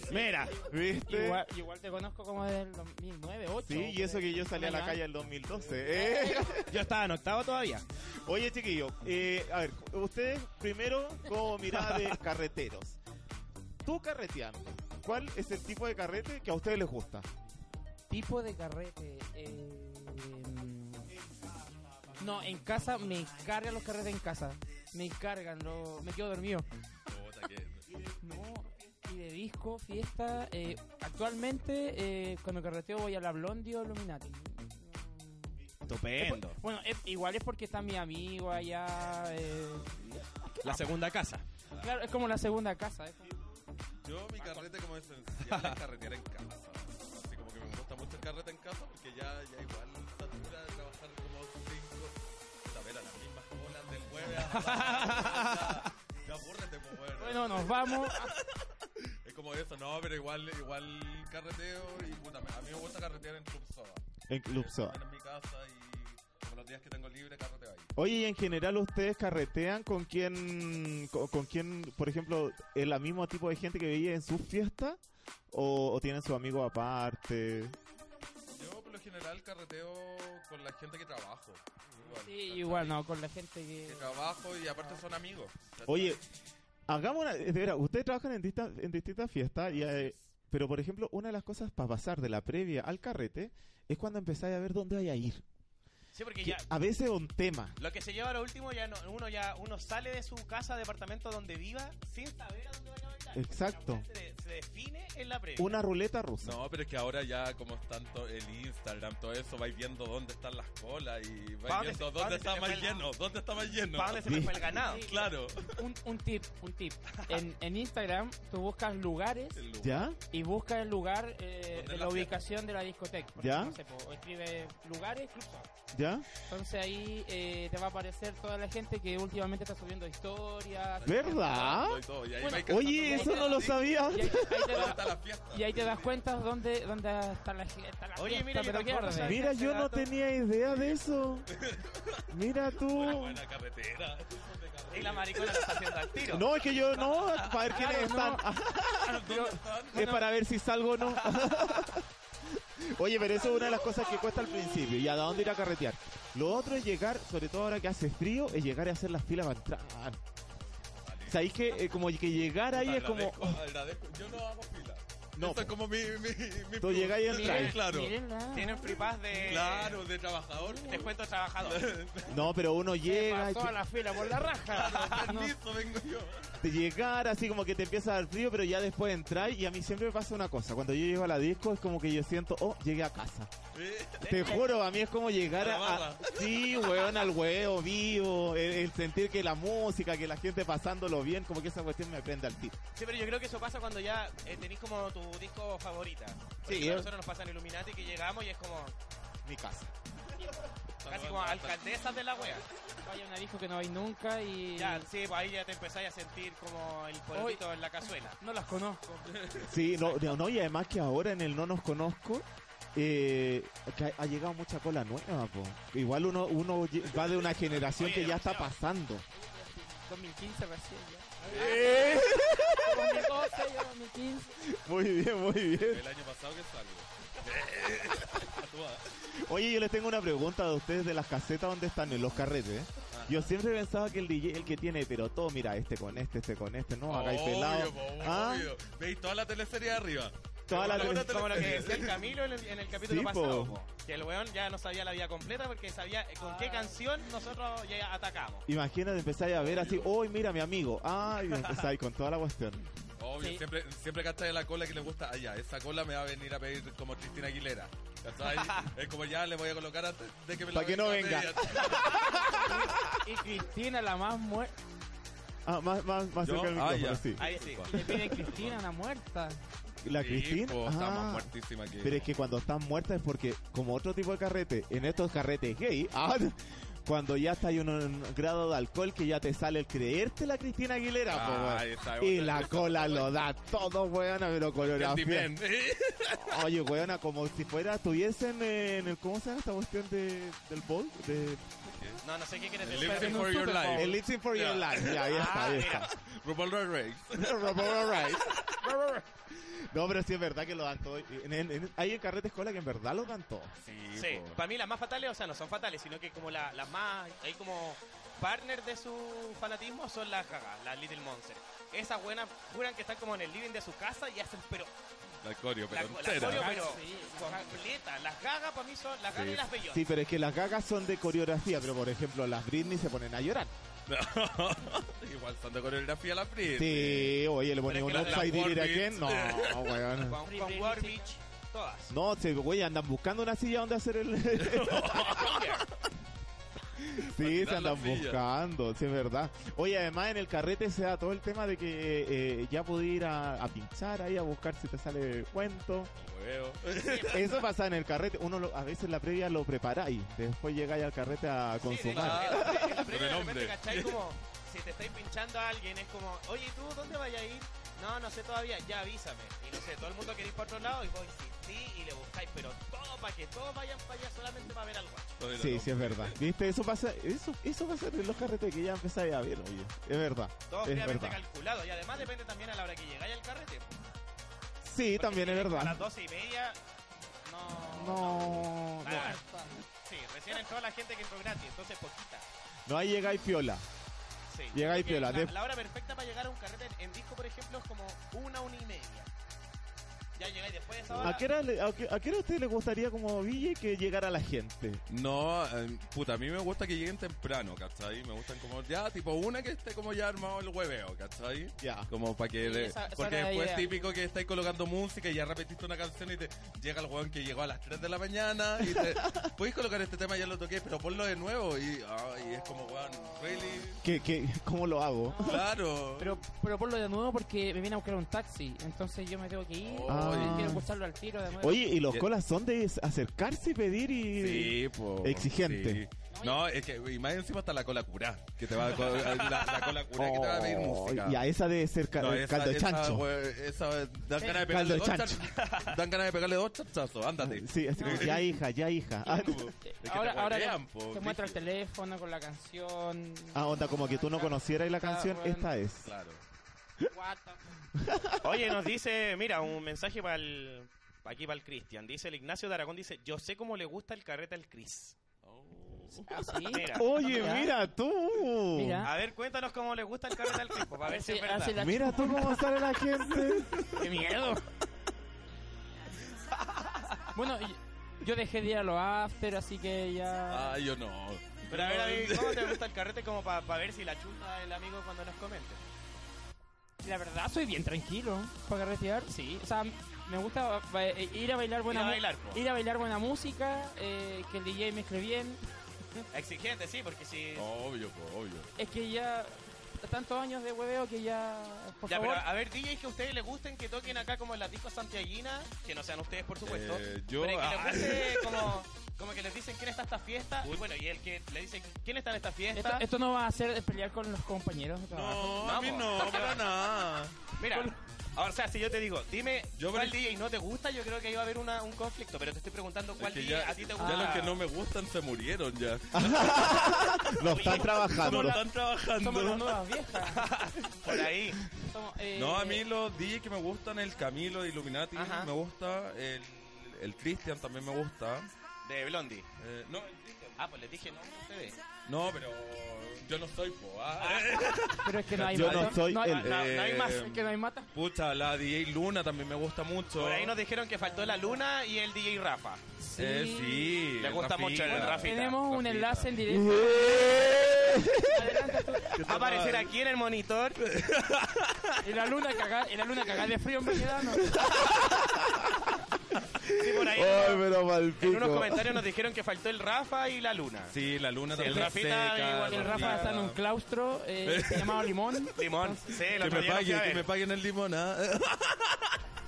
Speaker 3: Mira,
Speaker 4: ¿Viste?
Speaker 7: Igual, igual te conozco como desde el 2009, 2008.
Speaker 4: Sí, y eso que yo salí a la
Speaker 7: Ya.
Speaker 4: calle el 2012. ¿eh?
Speaker 3: yo estaba en octavo todavía.
Speaker 4: Oye, chiquillo, eh, a ver, ustedes primero como mirada de carreteros. Tú carreteando, ¿cuál es el tipo de carrete que a ustedes les gusta?
Speaker 7: Tipo de carrete. eh, no, en casa me cargan los carretes en casa. Me cargan, lo- me quedo dormido. No, y de disco, fiesta. eh, actualmente, eh, cuando carreteo voy a la Blondie o Illuminati.
Speaker 3: Estupendo.
Speaker 7: Bueno, es- igual es porque está mi amigo allá. eh,
Speaker 3: La segunda casa.
Speaker 7: claro, es como la segunda casa. es como-
Speaker 8: Yo mi carrete como esencial es carretera en casa. Así como que me gusta mucho el carrete en casa porque ya, ya igual satura de trabajar como cinco, la ver a las mismas colas del jueves a la tarde, ya, ya apúrate, pues, bueno.
Speaker 7: Bueno, nos vamos. Ah,
Speaker 8: Es como eso, no, pero igual, igual carreteo y puta, me- a mí me gusta carretear en Club Soda.
Speaker 4: En Club
Speaker 8: Eh,
Speaker 4: Soda.
Speaker 8: comer En mi casa y como los los días que tengo libre carreteo ahí.
Speaker 4: Oye, y en general ustedes carretean con quién, con, con quién, por ejemplo, el mismo tipo de gente que veía en sus fiestas o, o tienen sus amigos aparte.
Speaker 8: Yo por lo general carreteo con la gente que trabajo. Igual,
Speaker 7: Sí,
Speaker 8: ¿cachai?
Speaker 7: igual no, con la gente
Speaker 8: Que
Speaker 7: que...
Speaker 8: trabajo y aparte son amigos. ¿cachai?
Speaker 4: Oye, hagamos una, de veras, ustedes trabajan en, distan- en distintas fiestas y, eh, pero por ejemplo, una de las cosas para pasar de la previa al carrete es cuando empezáis a ver dónde vais a ir.
Speaker 3: Sí, porque
Speaker 4: Que
Speaker 3: ya.
Speaker 4: a veces un tema.
Speaker 3: Lo que se lleva a lo último, ya no- uno ya uno sale de su casa, departamento donde viva, sin saber a dónde va a bailar.
Speaker 4: Exacto.
Speaker 3: La weá Se, de- se define en la previa.
Speaker 4: Una ruleta rusa.
Speaker 8: No, pero es que ahora ya como es tanto el Instagram, todo eso, vais viendo dónde están las colas y
Speaker 3: ¿Pa'
Speaker 8: vais
Speaker 3: dónde
Speaker 8: viendo
Speaker 3: se-
Speaker 8: dónde
Speaker 3: pa' dónde
Speaker 8: está
Speaker 3: se
Speaker 8: más
Speaker 3: fue el-
Speaker 8: lleno, dónde está más lleno.
Speaker 3: ¿Para dónde se me fue el ganado?
Speaker 8: Claro.
Speaker 7: Un, un tip, un tip. En, en Instagram tú buscas lugares
Speaker 8: El lugar.
Speaker 4: ¿Ya?
Speaker 7: y buscas el lugar eh,
Speaker 8: ¿Dónde
Speaker 7: de
Speaker 8: es
Speaker 7: la,
Speaker 8: la fiesta?
Speaker 7: ubicación de la discoteca. Por
Speaker 4: ¿Ya?
Speaker 7: ejemplo, no sé, po, escribe lugares, club Soda.
Speaker 4: ¿Ya?
Speaker 7: Entonces ahí eh, te va a aparecer toda la gente que últimamente está subiendo historias.
Speaker 4: ¿Verdad?
Speaker 8: Y todo, y ahí
Speaker 7: Bueno,
Speaker 8: vais
Speaker 4: Oye,
Speaker 8: cantando
Speaker 4: eso no lo
Speaker 8: Sí,
Speaker 4: sabía.
Speaker 7: Y ahí, ahí te,
Speaker 8: ¿Dónde está
Speaker 7: da-
Speaker 8: la fiesta?
Speaker 7: y ahí te das cuenta dónde, dónde está la, está la
Speaker 3: Oye,
Speaker 7: fiesta,
Speaker 3: mira, yo
Speaker 7: pero qué
Speaker 3: tampoco
Speaker 7: orden.
Speaker 3: sabía.
Speaker 4: Mira, yo no tenía idea de eso. Mira tú.
Speaker 8: Buena, buena carretera.
Speaker 3: Y la maricona lo está haciendo al tiro.
Speaker 4: No, es que yo no, para ver quiénes están.
Speaker 7: Claro,
Speaker 8: ¿Dónde están?
Speaker 4: Es para ver si salgo o no. Oye, pero eso es una de las cosas que cuesta al principio. ¿Y a dónde ir a carretear? Lo otro es llegar, sobre todo ahora que hace frío, es llegar y hacer las filas para entrar. ¿Sabéis que eh, como que llegar ahí es como...
Speaker 8: Agradezco, agradezco. Yo no hago fila.
Speaker 4: No, pues.
Speaker 8: No. Esto es como mi. mi, mi
Speaker 4: Tú llegas y entras.
Speaker 8: Claro.
Speaker 7: Mírenla.
Speaker 3: Tienen free pass de.
Speaker 8: Claro, de trabajador.
Speaker 3: Descuento trabajador.
Speaker 4: No, pero uno llega... y
Speaker 7: Pasó a la fila por la raja. No,
Speaker 8: Listo, vengo yo.
Speaker 4: de llegar así como que te empieza a dar frío, pero ya después entrar y a mí siempre me pasa una cosa, cuando yo llego a la disco es como que yo siento, oh, llegué a casa.
Speaker 8: Eh,
Speaker 4: Te juro, a mí es como llegar
Speaker 8: A la
Speaker 4: a,
Speaker 8: barra.
Speaker 4: sí, weón, al huevo vivo, el, el sentir que la música, que la gente pasándolo bien, como que esa cuestión me prende al tiro.
Speaker 3: Sí, pero yo creo que eso pasa cuando ya eh, tenéis como tu disco favorita. Por
Speaker 4: Sí,
Speaker 3: ejemplo,
Speaker 4: yo-
Speaker 3: a nosotros nos pasa en Illuminati que llegamos y es como
Speaker 4: Mi casa.
Speaker 3: casi como alcaldesas de la wea.
Speaker 7: Vaya a una disco que no vais nunca y...
Speaker 3: Ya, sí, pues ahí ya te empezáis a sentir como el polvito en la cazuela.
Speaker 7: No las conozco.
Speaker 4: Sí, no, no, no, y además que ahora en el no nos conozco eh, que ha, ha llegado mucha cola nueva, po. Igual uno uno lle- va de una generación
Speaker 3: Oye,
Speaker 4: que ya está
Speaker 3: demasiado.
Speaker 4: pasando.
Speaker 7: 2015 recién ya. 2012, ya 2015.
Speaker 4: Muy bien, muy bien.
Speaker 8: El año pasado que salgo.
Speaker 4: Oye, yo les tengo una pregunta a ustedes de las casetas donde están en los carretes. ¿eh? Yo siempre pensaba que el DJ, el que tiene, pero todo, mira, este con este, este con este, no, acá hay pelado.
Speaker 8: Obvio, po,
Speaker 4: Ah,
Speaker 8: obvio. Veis toda la teleserie de arriba.
Speaker 4: toda la
Speaker 8: Como
Speaker 4: tele-
Speaker 8: la
Speaker 3: Como lo que decía el Camilo en el, en el capítulo
Speaker 4: Sí, po.
Speaker 3: pasado. po. Que el weón ya no sabía la vida completa porque sabía eh, con qué canción nosotros ya atacamos.
Speaker 4: Imagínate, empezáis a ver así, hoy mira mi amigo, ay, empezáis con toda la cuestión.
Speaker 8: Obvio,
Speaker 7: Sí.
Speaker 8: siempre, siempre cachai la cola que le gusta. Allá, esa cola me va a venir a pedir como Cristina Aguilera. ¿Cachai? es como ya le voy a colocar antes de que me la
Speaker 4: Pa' que no venga.
Speaker 7: Y Cristina, la más muerta.
Speaker 4: Ah, más, más, más
Speaker 8: ¿Yo?
Speaker 4: cerca del
Speaker 8: Ah,
Speaker 4: micrófono,
Speaker 8: ya.
Speaker 4: sí.
Speaker 3: Ahí sí.
Speaker 7: Le piden Cristina, la muerta.
Speaker 4: La Cristina.
Speaker 8: está
Speaker 4: ah,
Speaker 8: más muertísima que.
Speaker 4: pero es que cuando están muertas es porque, como otro tipo de carrete, en estos carretes gay, ah, cuando ya está hay un, un grado de alcohol que ya te sale el creerte la Cristina Aguilera, po, weón.
Speaker 8: Ah, esa es
Speaker 4: Y
Speaker 8: otra.
Speaker 4: la cola lo da todo, weona, pero
Speaker 8: El
Speaker 4: coreografía.
Speaker 8: Dimén, eh.
Speaker 4: Oye, weona, como si fuera, estuviesen en el, ¿cómo se llama esta cuestión de, del bowl? De,
Speaker 3: No, no sé qué quieres
Speaker 8: El
Speaker 3: decir.
Speaker 8: Lip Sync
Speaker 7: en un
Speaker 8: for Your
Speaker 7: Super Bowl.
Speaker 8: Life.
Speaker 4: el It's in for Your
Speaker 8: Ya. Ah,
Speaker 4: Life. Ya, ahí está, ahí está.
Speaker 8: RuPaul Drag Race.
Speaker 4: Robot Rice. No, pero sí es verdad que lo dan todo. En- en- en- hay en carrete escuela que en verdad lo dan todo.
Speaker 3: Sí, para mí las más fatales, o sea, no son fatales, sino que como la- las más, hay como partner de su fanatismo son las cagas, las Little Monster. Esas buenas juran que están como en el living de su casa y hacen pero
Speaker 8: La coreo,
Speaker 3: la,
Speaker 8: pero
Speaker 3: la
Speaker 8: entera.
Speaker 3: coreo,
Speaker 7: Gaga,
Speaker 3: pero
Speaker 7: sí,
Speaker 3: completa. Las gagas para mí son las gagas y las bellotas.
Speaker 4: Sí, pero es que las gagas son de coreografía, pero por ejemplo las Britney se ponen a llorar.
Speaker 8: Igual están de coreografía la Britney.
Speaker 4: Sí, oye, le ponen
Speaker 3: Pero
Speaker 4: un
Speaker 3: es que las de
Speaker 4: upside
Speaker 8: las
Speaker 4: direct again.
Speaker 8: Barbie-
Speaker 4: No, weón.
Speaker 3: Con,
Speaker 7: Free
Speaker 3: con
Speaker 7: Britney,
Speaker 3: War
Speaker 7: sí.
Speaker 3: Beach, todas.
Speaker 4: No, se, güey, andan buscando una silla donde hacer el... sí, se
Speaker 8: tirar la
Speaker 4: andan
Speaker 8: silla.
Speaker 4: buscando, sí, es verdad. Oye, además en el carrete se da todo el tema de que eh, ya pude ir a, a pinchar ahí, a buscar si te sale cuento.
Speaker 8: Hueveo.
Speaker 4: Eso pasa en el carrete, uno lo- a veces la previa lo preparáis, después llegáis al carrete a
Speaker 3: Sí, de hecho,
Speaker 4: consumar.
Speaker 3: en la previa- en la previa
Speaker 8: Con el
Speaker 3: de repente,
Speaker 8: hombre.
Speaker 3: ¿cachai? Como, si te estáis pinchando a alguien, es como, oye, ¿y ¿tú dónde vayas a ir? No, no sé todavía, ya avísame. Y no sé, todo el mundo quiere ir para otro lado y vos insistís y le buscáis, pero todo para que todos vayan para allá solamente para ver al guacho.
Speaker 4: Sí, sí, es verdad. ¿Viste? Eso pasa, eso, eso pasa en los carretes que ya empezáis a ver, oye. Es verdad.
Speaker 3: Todo
Speaker 4: es
Speaker 3: previamente
Speaker 4: verdad.
Speaker 3: calculado y además depende también a la hora que llegáis al carrete. pues.
Speaker 4: Sí, también es
Speaker 3: A las
Speaker 4: verdad.
Speaker 3: doce y media, no.
Speaker 4: No, no.
Speaker 3: Ah, sí, recién entró la gente que entró gratis, entonces poquita.
Speaker 4: No, ahí llegáis piola.
Speaker 3: Sí.
Speaker 4: Llega ahí
Speaker 3: Porque
Speaker 4: piola,
Speaker 3: La,
Speaker 4: de-
Speaker 3: la hora perfecta para llegar a un carrete en- en disco, por ejemplo, es como una, una y media. Ya llegáis después de esa hora.
Speaker 4: ¿A qué, hora le- a, qué- a qué hora a usted le gustaría como DJ que llegara la gente?
Speaker 8: No, eh, puta, a mí me gusta que lleguen temprano, ¿cachai? Me gustan como ya, tipo una que esté como ya armado el hueveo, ¿cachai?
Speaker 4: Ya.
Speaker 8: Como para que... le-
Speaker 7: esa- esa
Speaker 8: porque
Speaker 7: era la
Speaker 8: después
Speaker 7: idea.
Speaker 8: típico que estáis colocando música y ya repetiste una canción y te llega el weón que llegó a las 3 de la mañana y te... Puedes colocar este tema, ya lo toqué, pero ponlo de nuevo y, ay, es como, weón, really...
Speaker 4: ¿Qué, qué, ¿Cómo lo hago?
Speaker 8: Claro.
Speaker 7: Pero, pero ponlo de nuevo porque me viene a buscar un taxi. Entonces yo me tengo que ir.
Speaker 8: Ah.
Speaker 7: y Quiero escucharlo al tiro de nuevo.
Speaker 4: Oh. Oye, y los
Speaker 8: Ya.
Speaker 4: colas son de s- acercarse y pedir y...
Speaker 8: Sí, po.
Speaker 4: Exigente.
Speaker 8: Sí. No, es que y más encima está la cola curá. Que te va a, co- la, la cola curá que te va a pedir
Speaker 4: Oh,
Speaker 8: música.
Speaker 4: Y a esa de ser ca-
Speaker 8: No,
Speaker 4: el caldo de chancho.
Speaker 8: we- esa- dan ganas de
Speaker 4: Caldo
Speaker 8: pegarle
Speaker 4: de
Speaker 8: dos
Speaker 4: chancho.
Speaker 8: char- Dan ganas de pegarle dos chachazos, ándate.
Speaker 4: Sí, así como, ya hija, ya hija. Ah,
Speaker 8: que
Speaker 7: ahora
Speaker 8: te
Speaker 7: ahora
Speaker 8: guardean,
Speaker 7: te-
Speaker 8: po,
Speaker 7: te muestra el
Speaker 8: brígido.
Speaker 7: teléfono con la canción.
Speaker 4: Ah, onda, como que tú no conocieras
Speaker 8: Ah,
Speaker 4: la canción, esta es.
Speaker 8: Claro.
Speaker 7: What the fuck.
Speaker 3: Oye, nos dice, mira, un mensaje para el. Aquí para el Cristian. Dice el Ignacio de Aragón, dice, yo sé cómo le gusta el carrete al Cris.
Speaker 7: Ah, sí.
Speaker 3: Mira.
Speaker 4: Oye,
Speaker 7: Ya.
Speaker 4: mira tú.
Speaker 7: Mira.
Speaker 3: A ver, cuéntanos cómo le gusta el carrete al Cris, po, para ver si es
Speaker 7: Hace-
Speaker 3: verdad.
Speaker 7: hace la
Speaker 4: Mira tú cómo sale la gente.
Speaker 7: ¡Qué miedo! bueno, y- yo dejé de ir a los after, así que ya...
Speaker 8: Ah, yo no.
Speaker 3: Pero a ver, a ver, ¿cómo te gusta el carrete como para ver si la chuta el amigo cuando nos comente?
Speaker 7: La verdad, soy bien tranquilo. ¿Para carretear? Sí. O sea, me gusta ba- ba- ir a bailar buena
Speaker 3: Ir a
Speaker 7: mu-
Speaker 3: bailar, pues. po.
Speaker 7: ir a bailar buena música, eh, que el DJ mezcle bien.
Speaker 3: Exigente, sí, porque si...
Speaker 8: Obvio, po, obvio.
Speaker 7: Es que ya... Tantos años de hueveo que ya... Por
Speaker 3: Ya, pero ah,
Speaker 7: favor.
Speaker 3: a ver, DJs que a ustedes les gusten, que toquen acá como en las discos santiaguinas, que no sean ustedes, por supuesto.
Speaker 8: Eh, yo-
Speaker 3: pero que les
Speaker 8: ah.
Speaker 3: guste como, como que les dicen quién está en esta fiesta. Y bueno, y el que le dice quién está en esta
Speaker 7: Esto,
Speaker 3: fiesta.
Speaker 7: esto no va a ser pelear con los compañeros de trabajo.
Speaker 8: No, a mí no, para nada.
Speaker 3: Mira, ahora, o sea, si yo te digo, dime
Speaker 8: Yo,
Speaker 3: cuál
Speaker 8: pero-
Speaker 3: DJ no te gusta, yo creo que iba a haber una- un conflicto, pero te estoy preguntando
Speaker 8: Es
Speaker 3: cuál
Speaker 8: que
Speaker 3: DJ
Speaker 8: ya,
Speaker 3: a ti te gusta.
Speaker 8: ya los que no me gustan se murieron ya.
Speaker 4: Ah, Lo están
Speaker 8: No
Speaker 4: trabajando.
Speaker 8: están
Speaker 7: Somos las
Speaker 8: trabajando.
Speaker 7: nuevas viejas.
Speaker 3: Por ahí.
Speaker 7: Somos, eh,
Speaker 8: No, a mí los DJ que me gustan, el Camilo de Illuminati,
Speaker 3: Ajá.
Speaker 8: me gusta, el, el Cristian también me gusta.
Speaker 3: De Blondie.
Speaker 8: Eh, no, el Cristian.
Speaker 3: Ah, pues les dije no a ustedes.
Speaker 8: No, pero yo no soy po. ah.
Speaker 7: Pero es que no hay
Speaker 4: Yo no
Speaker 7: mata.
Speaker 4: soy
Speaker 7: hay-
Speaker 4: el-
Speaker 7: no- no hay
Speaker 8: Eh,
Speaker 7: más. Es que no hay mata.
Speaker 8: Pucha, la DJ Luna también me gusta mucho.
Speaker 3: Por ahí nos dijeron que faltó la luna y el DJ Rafa.
Speaker 8: Eh, sí.
Speaker 3: Le gusta mucho el Rafi.
Speaker 7: Tenemos un
Speaker 8: Rafita.
Speaker 7: enlace en directo. Adelante tú.
Speaker 3: Va a aparecer aquí en el monitor.
Speaker 7: Y la luna cagada, y la luna cagada de frío en verano.
Speaker 3: Sí, por ahí.
Speaker 4: Ay, pero mal
Speaker 3: En unos
Speaker 4: pico.
Speaker 3: comentarios nos dijeron que faltó el Rafa y la Luna.
Speaker 8: Sí, la Luna
Speaker 3: Sí, el
Speaker 8: también.
Speaker 3: Rafita
Speaker 8: seca,
Speaker 3: igual,
Speaker 7: El Rafa está en un claustro eh, llamado Limón.
Speaker 3: Limón. Sí, el
Speaker 8: Que
Speaker 3: otro
Speaker 8: me
Speaker 3: día lo fui a
Speaker 8: paguen, que
Speaker 3: ver.
Speaker 8: me paguen el limón, ¿ah?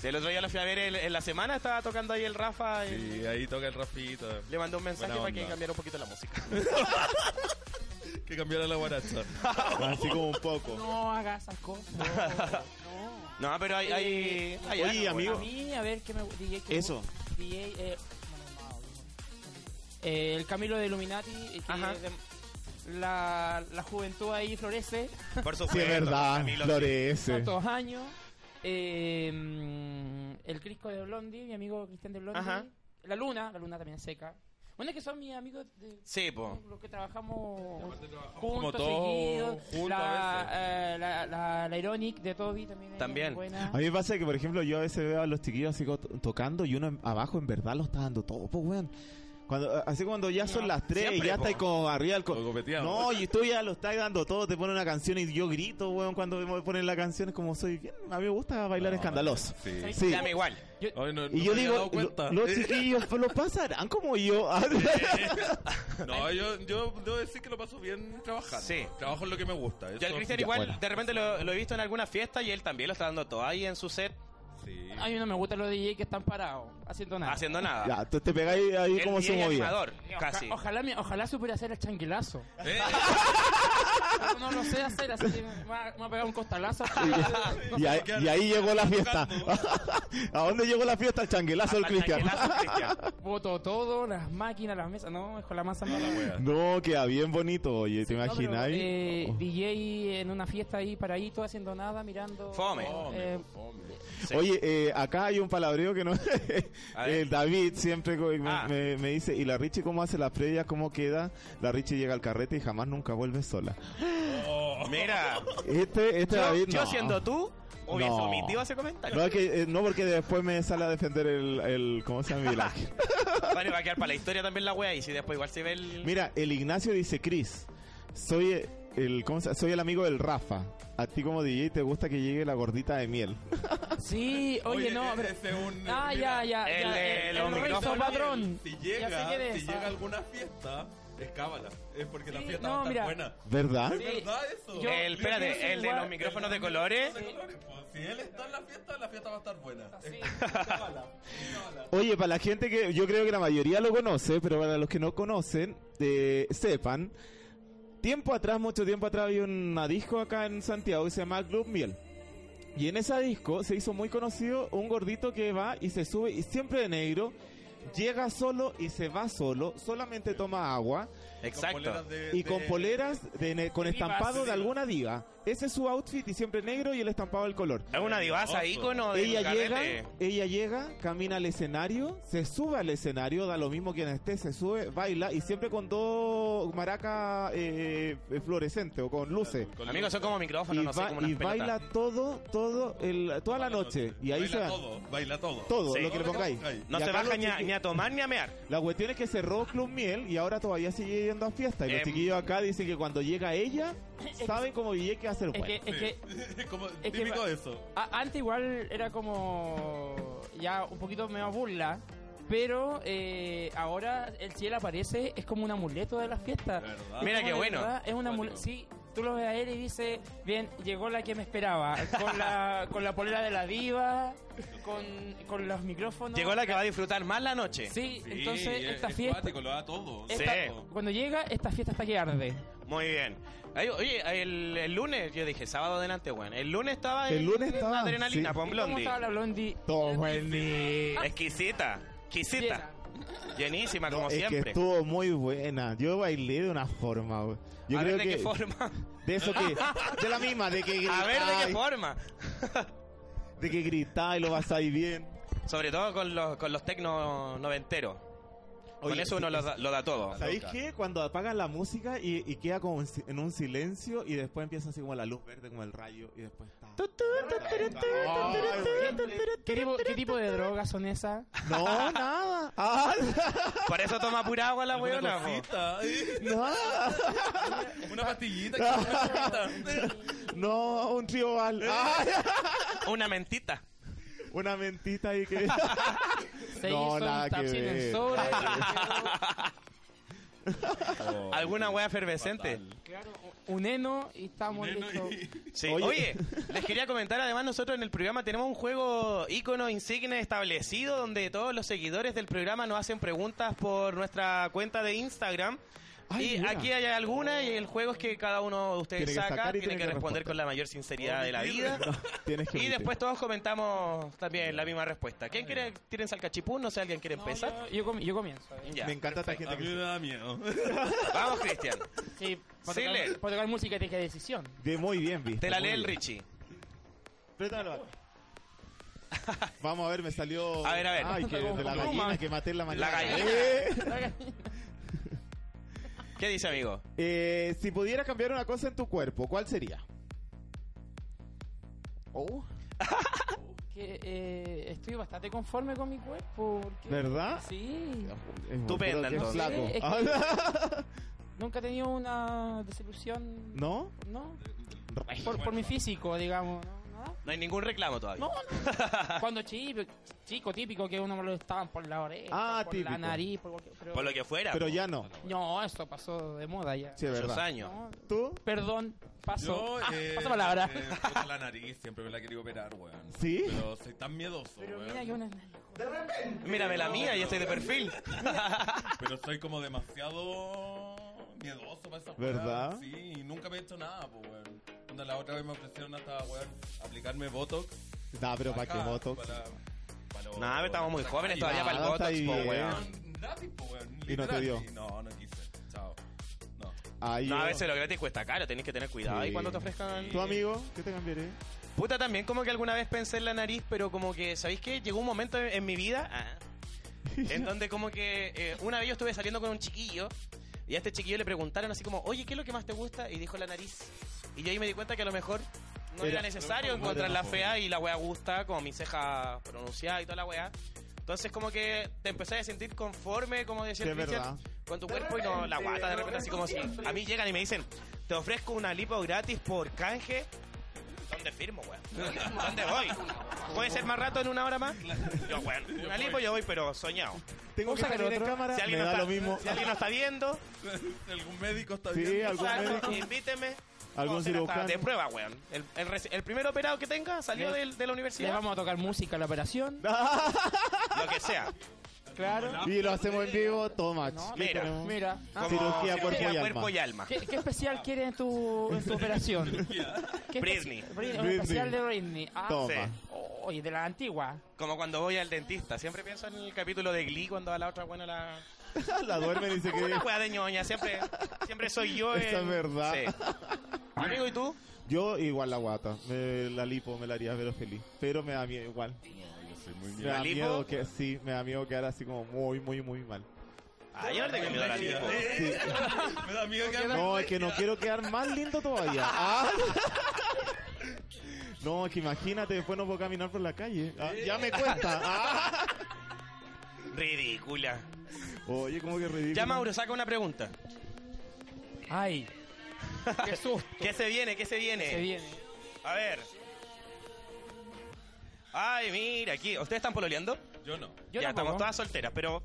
Speaker 3: Sí, el otro día lo fui a ver el- en la semana, estaba tocando ahí el Rafa y
Speaker 8: Sí, ahí toca el Rafita.
Speaker 3: le mandé un mensaje
Speaker 8: Buena
Speaker 3: para que
Speaker 8: onda.
Speaker 3: cambiara un poquito la música.
Speaker 8: Que cambiara la guaracha.
Speaker 4: Así como un poco.
Speaker 7: No hagas esas cosas. No.
Speaker 3: No, pero hay... hay,
Speaker 7: Eh,
Speaker 3: hay
Speaker 4: oye,
Speaker 3: algo,
Speaker 4: amigo.
Speaker 7: A mí, a ver, ¿qué me DJ, que me-
Speaker 4: Eso.
Speaker 7: DJ, eh, eh, el Camilo de Illuminati. eh, que
Speaker 3: Ajá.
Speaker 7: de- la, la juventud ahí florece.
Speaker 3: bueno. Por supuesto.
Speaker 4: Sí, es verdad.
Speaker 3: Camilo, sí.
Speaker 4: Florece.
Speaker 7: tantos años. eh, mm, el Crisco de Blondie, mi amigo Cristian de Blondie.
Speaker 3: Ajá.
Speaker 7: La Luna, la Luna también seca. Bueno, es que son mis amigos de,
Speaker 3: Sí, po.
Speaker 7: los que trabajamos juntos,
Speaker 8: como todos
Speaker 7: seguidos.
Speaker 8: juntos
Speaker 7: la,
Speaker 8: a veces.
Speaker 7: eh, la, la, la Ironic de Toby también. es
Speaker 3: También.
Speaker 7: buena.
Speaker 4: A mí me pasa que, por ejemplo, yo a veces veo a los chiquillos así co- tocando y uno en- abajo en verdad lo está dando todo, pues, weón. Cuando, así cuando ya son las 3
Speaker 3: siempre,
Speaker 4: y ya
Speaker 3: po.
Speaker 4: estáis como arriba del... co-
Speaker 8: Lo copeteamos.
Speaker 4: No, y tú ya lo estás dando todo, te ponen una canción y yo grito, weón, cuando me ponen la canción, es como soy bien, a mí me gusta bailar escandaloso.
Speaker 8: Sí.
Speaker 4: Sí.
Speaker 3: Dame igual.
Speaker 8: Ay, no, no
Speaker 4: Y yo
Speaker 8: me había
Speaker 4: digo,
Speaker 8: dado cuenta.
Speaker 4: lo- los chiquillos pues, lo pasarán como yo. Ah,
Speaker 8: No, yo, yo debo decir que lo paso bien trabajando.
Speaker 3: Sí.
Speaker 8: Trabajo en lo que me gusta.
Speaker 3: Yo al
Speaker 8: eso-
Speaker 3: Cristian
Speaker 4: Ya,
Speaker 3: igual,
Speaker 4: bueno.
Speaker 3: de repente lo, lo he visto en alguna fiesta y él también lo está dando todo ahí en su set.
Speaker 8: Sí.
Speaker 7: A mí no me gustan los DJ que están parados, haciendo nada.
Speaker 3: haciendo nada.
Speaker 4: Ya, tú te pegáis ahí
Speaker 3: El
Speaker 4: como se
Speaker 3: DJ
Speaker 4: movía.
Speaker 3: animador,
Speaker 7: Oja-
Speaker 3: casi.
Speaker 7: Ojalá, me- ojalá supiera hacer el changuilazo.
Speaker 8: Eh,
Speaker 7: Eso no lo sé hacer, así que me va, me va a pegar un costalazo.
Speaker 4: Y ahí, y ahí llegó la fiesta. ¿A dónde llegó la fiesta? El changuelazo del
Speaker 3: Al
Speaker 4: Cristian.
Speaker 3: changuelazo, Cristian.
Speaker 7: Boto todo, las máquinas, las mesas. No, es con la masa no.
Speaker 4: No, queda bien bonito, oye, ¿te
Speaker 7: No, pero,
Speaker 4: imagináis? Oh.
Speaker 7: eh, DJ en una fiesta ahí paradito haciendo nada, mirando.
Speaker 3: Fome.
Speaker 7: Eh,
Speaker 3: Sí.
Speaker 4: Oye, eh, acá hay un palabreo que no.
Speaker 3: A ver.
Speaker 4: el David siempre co- me,
Speaker 3: Ah.
Speaker 4: me- me dice, ¿y la Richie cómo hace las previas? ¿Cómo queda? La Richie llega al carrete y jamás nunca vuelve sola.
Speaker 3: Mira,
Speaker 4: Este, este
Speaker 3: yo,
Speaker 4: David.
Speaker 3: yo
Speaker 4: no.
Speaker 3: siendo tú, hubiese
Speaker 4: No.
Speaker 3: omitido ese comentario.
Speaker 4: No, es que, eh, no, porque después me sale a defender el. el ¿Cómo se llama? El ángel.
Speaker 3: Bueno, va a quedar para la historia también la wea y si después igual se ve el...
Speaker 4: Mira, el Ignacio dice, Chris, soy el, ¿cómo se- soy el amigo del Rafa. A ti como DJ te gusta que llegue la gordita de miel.
Speaker 7: sí, oye, no. pero-
Speaker 8: e- ese es un-
Speaker 7: Ah,
Speaker 8: mira,
Speaker 7: ya, ya.
Speaker 3: El,
Speaker 7: ya,
Speaker 3: eh, los
Speaker 7: rey
Speaker 3: micrófonos.
Speaker 7: fue patrón.
Speaker 8: Si
Speaker 7: Ya sé quién
Speaker 8: llega,
Speaker 7: es.
Speaker 8: si llega a alguna fiesta, escábala. Es porque la
Speaker 7: Sí,
Speaker 8: fiesta
Speaker 7: no,
Speaker 8: va a estar
Speaker 7: mira.
Speaker 8: buena.
Speaker 4: ¿Verdad?
Speaker 7: Sí.
Speaker 8: ¿Es verdad
Speaker 7: Yo-
Speaker 8: eso?
Speaker 3: el,
Speaker 7: yo pienso
Speaker 3: espérate, el de
Speaker 7: igual-
Speaker 3: los micrófonos de colores.
Speaker 8: De colores, pues. Si él está en la fiesta, la fiesta va a estar buena.
Speaker 7: Sí.
Speaker 8: Escábala. escábala.
Speaker 4: Oye, para la gente que yo creo que la mayoría lo conoce, pero para los que no conocen, eh, sepan, tiempo atrás, mucho tiempo atrás, había una disco acá en Santiago que se llama Club Miel. Y en esa disco se hizo muy conocido un gordito que va y se sube y siempre de negro, llega solo y se va solo, solamente toma agua
Speaker 3: Exacto.
Speaker 8: poleras de-
Speaker 4: y con
Speaker 8: de-
Speaker 4: poleras de ne- con
Speaker 7: de divas.
Speaker 4: estampado de
Speaker 7: De
Speaker 4: alguna diva. Ese es su outfit y siempre negro y el estampado del color.
Speaker 3: Es una divasa ícono de
Speaker 4: Ella llega,
Speaker 3: carrete.
Speaker 4: ella llega, camina al escenario, se sube al escenario, da lo mismo quien esté, se sube, baila y siempre con dos maracas eh, eh, fluorescentes o con luces.
Speaker 8: con-
Speaker 3: Amigos, son como
Speaker 4: Y,
Speaker 3: micrófonos, no sé,
Speaker 4: ba-
Speaker 3: como unas
Speaker 4: y
Speaker 3: pelotas.
Speaker 4: baila todo, todo, el, toda la noche. Y ahí
Speaker 8: baila
Speaker 4: se va. Todo,
Speaker 8: todo, baila todo.
Speaker 3: Sí.
Speaker 4: lo que le pongáis.
Speaker 3: No
Speaker 4: Y
Speaker 3: se
Speaker 4: acá
Speaker 3: baja
Speaker 4: los
Speaker 3: ni a,
Speaker 4: chiqui-
Speaker 3: ni a tomar ni a mear.
Speaker 4: La cuestión es que cerró Club Miel y ahora todavía sigue yendo a fiestas. Y los
Speaker 3: Em.
Speaker 4: chiquillos acá dicen que cuando llega ella, saben como DJ que hacer
Speaker 7: Es
Speaker 4: bueno.
Speaker 7: que, es que
Speaker 8: como,
Speaker 7: que
Speaker 8: típico
Speaker 7: va-
Speaker 8: de eso.
Speaker 7: A- antes igual era como ya un poquito medio burla, pero eh, ahora el cielo aparece es como un amuleto de la fiesta.
Speaker 8: ¿Verdad?
Speaker 7: Es
Speaker 3: Mira
Speaker 7: como
Speaker 3: qué
Speaker 7: de
Speaker 3: bueno.
Speaker 7: verdad, Es un amuleto. Sí, tú lo ves a él y dices, bien, llegó la que me esperaba, con la, con la polera de la diva, con, con los micrófonos.
Speaker 3: Llegó la que va a disfrutar más la noche.
Speaker 7: Sí,
Speaker 8: Sí,
Speaker 7: entonces
Speaker 8: es-
Speaker 7: esta
Speaker 8: es
Speaker 7: fiesta...
Speaker 8: cuático, lo da todo.
Speaker 7: esta-
Speaker 3: Sí.
Speaker 7: Cuando llega, esta fiesta está que arde.
Speaker 3: Muy bien. Ay, oye, el, el lunes, yo dije, sábado adelante, weón. El lunes estaba
Speaker 4: El
Speaker 3: en-
Speaker 4: lunes
Speaker 3: en
Speaker 4: estaba,
Speaker 3: adrenalina, pon
Speaker 4: sí.
Speaker 7: ¿Y ¿Cómo
Speaker 3: blondie.
Speaker 7: estaba la blondie?
Speaker 4: Todo el día.
Speaker 3: Exquisita, exquisita. Llenísima, como
Speaker 4: No, es que
Speaker 3: siempre.
Speaker 4: estuvo muy buena. Yo bailé de una forma, güey. Yo
Speaker 3: a
Speaker 4: creo
Speaker 3: ver de
Speaker 4: que
Speaker 3: qué forma.
Speaker 4: de eso que de la misma, de que
Speaker 3: A ver de qué
Speaker 4: gritáis,
Speaker 3: forma.
Speaker 4: de que gritáis, lo pasáis bien.
Speaker 3: Sobre todo con los, con los tecno noventeros. con
Speaker 4: Oye,
Speaker 3: eso uno lo da, lo da todo.
Speaker 4: ¿Sabéis qué? Cuando apagan la música y, y queda como en si- en un silencio y después empieza así como la luz verde, como el rayo y después está. Ay, güey.
Speaker 7: ¿Qué tipo, qué tipo de drogas son esas?
Speaker 4: No, nada. Ah,
Speaker 3: Por eso toma pura agua la weona. po.
Speaker 8: cosita, eh,
Speaker 4: nada.
Speaker 8: una pastillita. que-
Speaker 4: No, un tribal.
Speaker 3: Eh.
Speaker 4: Ay,
Speaker 3: Una mentita.
Speaker 4: una mentita ahí que.
Speaker 7: Se
Speaker 4: No,
Speaker 7: hizo
Speaker 4: nada que
Speaker 7: un tapsin
Speaker 4: ver.
Speaker 7: en sobre.
Speaker 3: Alguna wea efervescente.
Speaker 7: un heno y estamos
Speaker 8: Neno
Speaker 7: listos.
Speaker 8: y-
Speaker 3: Sí. Oye.
Speaker 4: Oye.
Speaker 3: les quería comentar además nosotros en el programa tenemos un juego ícono insigne establecido donde todos los seguidores del programa nos hacen preguntas por nuestra cuenta de Instagram.
Speaker 4: Ay,
Speaker 3: y
Speaker 4: mira.
Speaker 3: aquí hay alguna y el juego es que cada uno de ustedes
Speaker 4: Tiene que
Speaker 3: saca,
Speaker 4: sacar y
Speaker 3: tiene, que, responder con la mayor sinceridad de la vida.
Speaker 4: Tienes que
Speaker 3: Y
Speaker 4: omitir.
Speaker 3: después todos comentamos también la misma respuesta. ¿Quién quiere tiren salcachipún? No sé, ¿alguien quiere
Speaker 7: No,
Speaker 3: empezar?
Speaker 7: yo, yo com- yo comienzo. eh.
Speaker 3: Ya.
Speaker 4: Me encanta esta
Speaker 8: A
Speaker 4: gente que
Speaker 8: mí me da miedo.
Speaker 3: Vamos, Cristian.
Speaker 7: Sí, para,
Speaker 3: Sí,
Speaker 7: tocar,
Speaker 3: Lel.
Speaker 7: para tocar música tienes que decisión.
Speaker 4: De muy bien, viste.
Speaker 3: Te la
Speaker 4: muy
Speaker 3: lee el
Speaker 4: bien.
Speaker 3: Richie.
Speaker 4: Apriétalo, vale. Vamos a ver, me salió.
Speaker 3: A ver, a ver.
Speaker 4: Ay, que de la
Speaker 7: No,
Speaker 4: gallina
Speaker 7: mami.
Speaker 4: que maté en la mañana.
Speaker 3: La gallina.
Speaker 4: Eh,
Speaker 3: ¿Qué dice, amigo?
Speaker 4: eh, si pudiera cambiar una cosa en tu cuerpo, ¿cuál sería? Oh,
Speaker 7: Que, eh, estoy bastante conforme con mi cuerpo. porque-
Speaker 4: ¿verdad?
Speaker 7: Sí.
Speaker 3: Estupenda,
Speaker 4: Qué
Speaker 3: entonces.
Speaker 4: flaco.
Speaker 7: Sí, es Nunca he tenido una desilusión.
Speaker 4: ¿No?
Speaker 7: No. Por, por mi físico, digamos. ¿no?
Speaker 3: No hay ningún reclamo todavía.
Speaker 7: No, no. Cuando chico, chico, típico que uno me lo estaban por la oreja,
Speaker 4: Ah,
Speaker 7: por
Speaker 4: típico.
Speaker 7: la nariz, por cualquier- pero-
Speaker 3: Por lo que fuera.
Speaker 4: Pero ya no.
Speaker 7: No, esto pasó de moda ya.
Speaker 4: Sí, es
Speaker 3: Muchos
Speaker 4: verdad.
Speaker 3: años.
Speaker 7: No,
Speaker 4: ¿Tú?
Speaker 7: perdón, pasó.
Speaker 8: Yo,
Speaker 7: Ah,
Speaker 8: eh,
Speaker 7: pasa palabra.
Speaker 8: eh, puta, la nariz siempre me la quería operar, weón.
Speaker 4: ¿Sí?
Speaker 8: Pero soy tan miedoso,
Speaker 7: Pero
Speaker 8: weón.
Speaker 7: mira que una...
Speaker 3: Mírame la mía, ya estoy de perfil.
Speaker 8: Pero soy como demasiado miedoso para esa weá.
Speaker 4: ¿Verdad?
Speaker 8: Sí, y nunca me he hecho nada, pues, weón. Onda, la otra vez me ofrecieron hasta, weón, aplicarme Botox.
Speaker 4: No, pero para que
Speaker 8: Acá,
Speaker 4: moto.
Speaker 8: Para, para los-
Speaker 3: Nah, pero estamos muy
Speaker 8: para
Speaker 3: jóvenes
Speaker 8: acá,
Speaker 3: todavía
Speaker 8: y
Speaker 3: para el
Speaker 4: nada,
Speaker 3: Botox,
Speaker 4: Ah, está
Speaker 3: po,
Speaker 4: ahí,
Speaker 3: weón.
Speaker 8: nada, Gratis, pues, weón.
Speaker 4: Y no te
Speaker 8: literal.
Speaker 4: dio.
Speaker 8: Y No, no quise. Chao. No.
Speaker 4: Ahí.
Speaker 3: No, a veces lo gratis cuesta caro, tenés que tener cuidado.
Speaker 4: Sí.
Speaker 3: Y cuando te ofrezcan.
Speaker 4: ¿Tu amigo? ¿Qué te cambiaré?
Speaker 3: Puta, también como que alguna vez pensé en la nariz, pero como que, ¿sabéis qué? Llegó un momento en, en mi vida ah, en donde como que eh, una vez yo estuve saliendo con un chiquillo y a este chiquillo le preguntaron así como, oye, ¿qué es lo que más te gusta? Y dijo la nariz. Y yo ahí me di cuenta que a lo mejor no
Speaker 4: Era-
Speaker 3: era, necesario
Speaker 8: no era
Speaker 3: encontrar la
Speaker 8: más
Speaker 3: fea y la wea gusta, como mi ceja pronunciada y toda la wea. Entonces como que te empecé a sentir conforme, como decía
Speaker 4: Sí,
Speaker 3: el
Speaker 4: es
Speaker 3: Cristian,
Speaker 4: verdad.
Speaker 3: con tu cuerpo y no la guata de repente así como si a mí llegan y me dicen, te ofrezco una lipo gratis por canje. ¿Dónde firmo, weón? ¿Dónde voy? ¿Puede ser más rato en una hora más? Yo, weón, una lipo yo voy, pero soñado.
Speaker 4: Tengo que
Speaker 7: Usa el
Speaker 4: salir en
Speaker 7: otro.
Speaker 4: cámara.
Speaker 3: Si alguien,
Speaker 4: me
Speaker 3: no
Speaker 4: da
Speaker 3: está,
Speaker 4: lo mismo.
Speaker 3: si alguien no está viendo,
Speaker 8: ¿Algún médico está
Speaker 4: Sí,
Speaker 8: viendo?
Speaker 4: algún
Speaker 3: claro,
Speaker 4: médico.
Speaker 3: invíteme.
Speaker 4: Algún
Speaker 3: Vamos a hacer hasta
Speaker 4: cirujano.
Speaker 3: De prueba, weón. El, el reci- el primer operado que tenga salió
Speaker 7: Le-
Speaker 3: del- de, la
Speaker 7: Le
Speaker 3: universidad.
Speaker 7: vamos a tocar música a la operación.
Speaker 3: Lo que sea.
Speaker 7: Claro.
Speaker 4: Y lo hacemos en vivo, todo match.
Speaker 7: No,
Speaker 4: ¿Qué
Speaker 3: mira,
Speaker 4: tenemos?
Speaker 7: Mira. Ah,
Speaker 4: Cirugía, cuerpo y
Speaker 3: cuerpo
Speaker 4: alma.
Speaker 3: y alma.
Speaker 7: ¿Qué, qué especial quiere en tu, en tu operación? ¿Qué especi-
Speaker 3: Britney.
Speaker 7: Britney. Un
Speaker 4: Britney.
Speaker 7: especial de Britney. Ah,
Speaker 4: Toma.
Speaker 3: Sí.
Speaker 7: Oye, de la antigua.
Speaker 3: Como cuando voy al dentista. Siempre pienso en el capítulo de Glee cuando a la otra, bueno, la...
Speaker 4: la duermen y se
Speaker 3: Una
Speaker 4: queda.
Speaker 3: wea de ñoña. Siempre, siempre soy yo.
Speaker 4: Esa
Speaker 3: en-
Speaker 4: es verdad.
Speaker 3: Sí. Amigo, ¿y tú?
Speaker 4: Yo igual la guata. Me, la lipo me la haría, pero feliz. Pero me da miedo igual. Me
Speaker 3: ¿La
Speaker 4: da
Speaker 3: lipo?
Speaker 4: miedo que sí, me da miedo quedar así como muy, muy, muy mal.
Speaker 3: Ah, yo no tengo miedo a la lipo.
Speaker 4: Sí.
Speaker 8: Me da miedo que
Speaker 4: No, es que no quiero quedar más lindo todavía. Ah. No, es que imagínate, después no puedo caminar por la calle. Ah, ya me cuesta. Ah.
Speaker 3: Ridícula.
Speaker 4: Oye, como que ridículo.
Speaker 3: Ya, Mauro, saca una pregunta.
Speaker 7: Ay. Qué susto
Speaker 3: ¿Qué se viene? ¿Qué se viene?
Speaker 7: que viene.
Speaker 3: A ver. Ay, mira, aquí. ¿Ustedes están pololeando?
Speaker 8: Yo no.
Speaker 7: Yo
Speaker 3: ya
Speaker 7: tampoco.
Speaker 3: estamos todas solteras, pero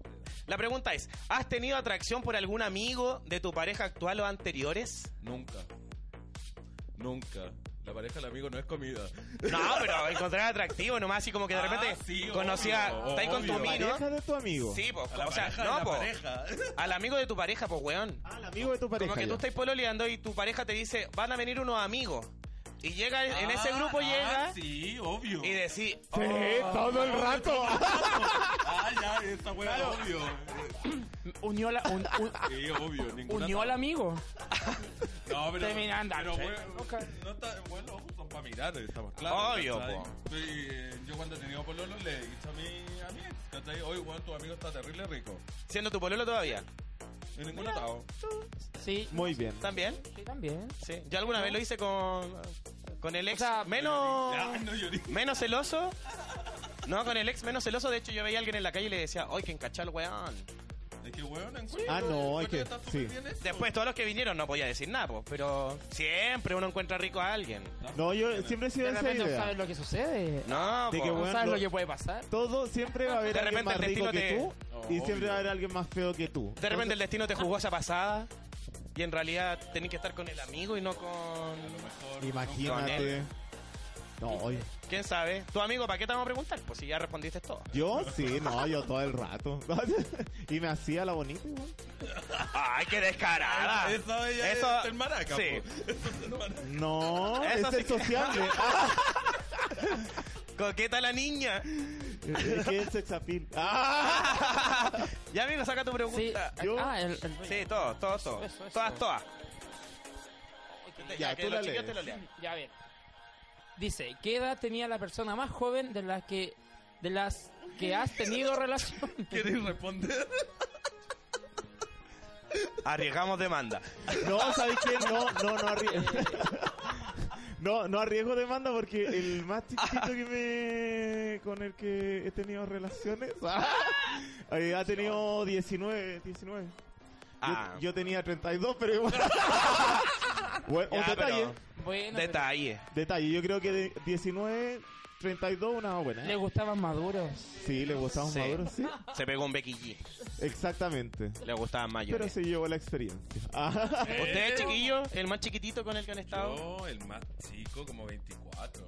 Speaker 3: la pregunta es, ¿has tenido atracción por algún amigo de tu pareja actual o anteriores?
Speaker 8: Nunca. Nunca. La pareja del amigo no es comida.
Speaker 3: No, pero encontrar atractivo nomás, así como que de
Speaker 8: Ah,
Speaker 3: repente
Speaker 8: sí,
Speaker 3: conocía,
Speaker 8: obvio,
Speaker 3: estáis con tu
Speaker 8: obvio.
Speaker 3: mino.
Speaker 4: Pareja de tu amigo.
Speaker 3: Sí, pues,
Speaker 8: A la
Speaker 3: o sea,
Speaker 8: pareja de
Speaker 3: no,
Speaker 8: la
Speaker 3: po,
Speaker 8: pareja.
Speaker 3: al amigo de tu pareja, pues, weón.
Speaker 4: Ah, el amigo de tu pareja.
Speaker 3: Como que
Speaker 4: ya.
Speaker 3: tú estás pololeando y tu pareja te dice, van a venir unos amigos. Y llega, en
Speaker 8: Ah,
Speaker 3: ese grupo
Speaker 8: ah,
Speaker 3: llega
Speaker 8: Sí, obvio.
Speaker 3: y "Oh, decís,
Speaker 4: Sí,
Speaker 3: Eh,
Speaker 4: todo el rato.
Speaker 8: Ah, ya, esa weá, obvio.
Speaker 7: Unió, la, un- un-
Speaker 8: Sí, obvio. Ninguna
Speaker 7: unió al amigo.
Speaker 8: No, pero.
Speaker 7: Terminando.
Speaker 8: Pero,
Speaker 7: Sí.
Speaker 8: weón, no está. Bueno, los ojos son para mirar, estamos claros.
Speaker 3: Obvio,
Speaker 8: ¿cachai?
Speaker 3: po.
Speaker 8: Sí, eh, yo cuando tenía pololo le he dicho a mi, a mi ex, ¿cachai? Oye, weón, tu amigo está terrible rico.
Speaker 3: siendo tu pololo todavía.
Speaker 8: En ningún atado.
Speaker 7: Sí,
Speaker 4: Muy bien.
Speaker 3: ¿También?
Speaker 7: sí, también.
Speaker 3: Sí. Yo alguna vez lo hice con, con el ex
Speaker 7: O sea,
Speaker 3: menos...
Speaker 8: Ya, no llorí.
Speaker 3: menos celoso. No, con el ex menos celoso. De hecho, yo veía a alguien en la calle y le decía, ¡ay, que encachar, weón!
Speaker 8: Es que weón, encuentro.
Speaker 4: Ah, no, es
Speaker 8: encuentro
Speaker 4: que-
Speaker 8: está súper
Speaker 4: sí.
Speaker 8: bien eso.
Speaker 3: Después, todos los que vinieron no podía decir nada, po, pero siempre uno encuentra rico a alguien.
Speaker 4: No, yo siempre he sido
Speaker 7: De
Speaker 4: esa
Speaker 7: repente no sabes
Speaker 4: idea.
Speaker 7: lo que sucede.
Speaker 3: No,
Speaker 4: De
Speaker 3: po.
Speaker 4: que,
Speaker 7: No
Speaker 4: bueno,
Speaker 7: sabes
Speaker 4: lo-
Speaker 7: lo que puede pasar.
Speaker 4: Todo siempre va a haber
Speaker 3: De
Speaker 4: alguien
Speaker 3: repente
Speaker 4: más
Speaker 3: el
Speaker 4: rico que tú
Speaker 3: destino
Speaker 4: y
Speaker 8: No,
Speaker 4: siempre
Speaker 8: obvio.
Speaker 4: va a haber alguien más feo que tú.
Speaker 3: de repente el destino te jugó esa pasada y en realidad tenés que estar con el amigo y no con...
Speaker 4: Imagínate. No, oye.
Speaker 3: ¿Quién sabe? ¿Tu amigo para qué te vamos a preguntar? Pues si ya respondiste todo.
Speaker 4: Yo sí, no, yo todo el rato. y me hacía la bonita igual.
Speaker 3: ¡Ay, qué descarada!
Speaker 8: Eso ella
Speaker 3: Eso-
Speaker 8: es el maraca,
Speaker 3: sí.
Speaker 8: po. Eso es el maraca.
Speaker 4: No,
Speaker 3: Eso
Speaker 4: es
Speaker 3: sí
Speaker 4: el
Speaker 3: que-
Speaker 4: sociable. Ah,
Speaker 3: ¡Coqueta la niña!
Speaker 4: es que es sex appeal. Ah,
Speaker 3: ya, amigo, saca tu
Speaker 7: Sí,
Speaker 3: pregunta.
Speaker 4: Yo-
Speaker 7: ah, el, el-
Speaker 3: Sí, todo, todo, todo.
Speaker 7: Eso, eso.
Speaker 3: Todas, todas.
Speaker 4: Ya,
Speaker 3: que
Speaker 4: tú
Speaker 3: los
Speaker 4: la
Speaker 3: chiquillos
Speaker 4: lees.
Speaker 3: te lo lean.
Speaker 7: Ya, a ver. Dice, ¿qué edad tenía la persona más joven de las que de las que has tenido relación?
Speaker 8: ¿Queréis responder?
Speaker 3: Arriesgamos demanda.
Speaker 4: no, ¿sabes qué? No, no, no arriesgo. No, no arriesgo demanda porque el más chiquito que me... con el que he tenido relaciones ah, eh, ha tenido 19, 19.
Speaker 3: Ah.
Speaker 4: Yo, yo tenía 32, pero igual. Bueno, un
Speaker 3: Ya,
Speaker 4: detalle.
Speaker 3: pero-
Speaker 7: Bueno, pero
Speaker 3: Detalle.
Speaker 4: Detalle, yo creo que de 19, 32, una buena.
Speaker 7: le gustaban maduros.
Speaker 4: Sí, le gustamos
Speaker 3: Sí.
Speaker 4: maduros, sí.
Speaker 3: Se pegó un Becky G.
Speaker 4: Exactamente.
Speaker 3: Le gustaban
Speaker 4: Pero
Speaker 3: mayores.
Speaker 4: se llevó la experiencia. Ah,
Speaker 3: ¿Usted, chiquillo, el más chiquitito con el que han estado?
Speaker 8: Yo, el más chico, como 24.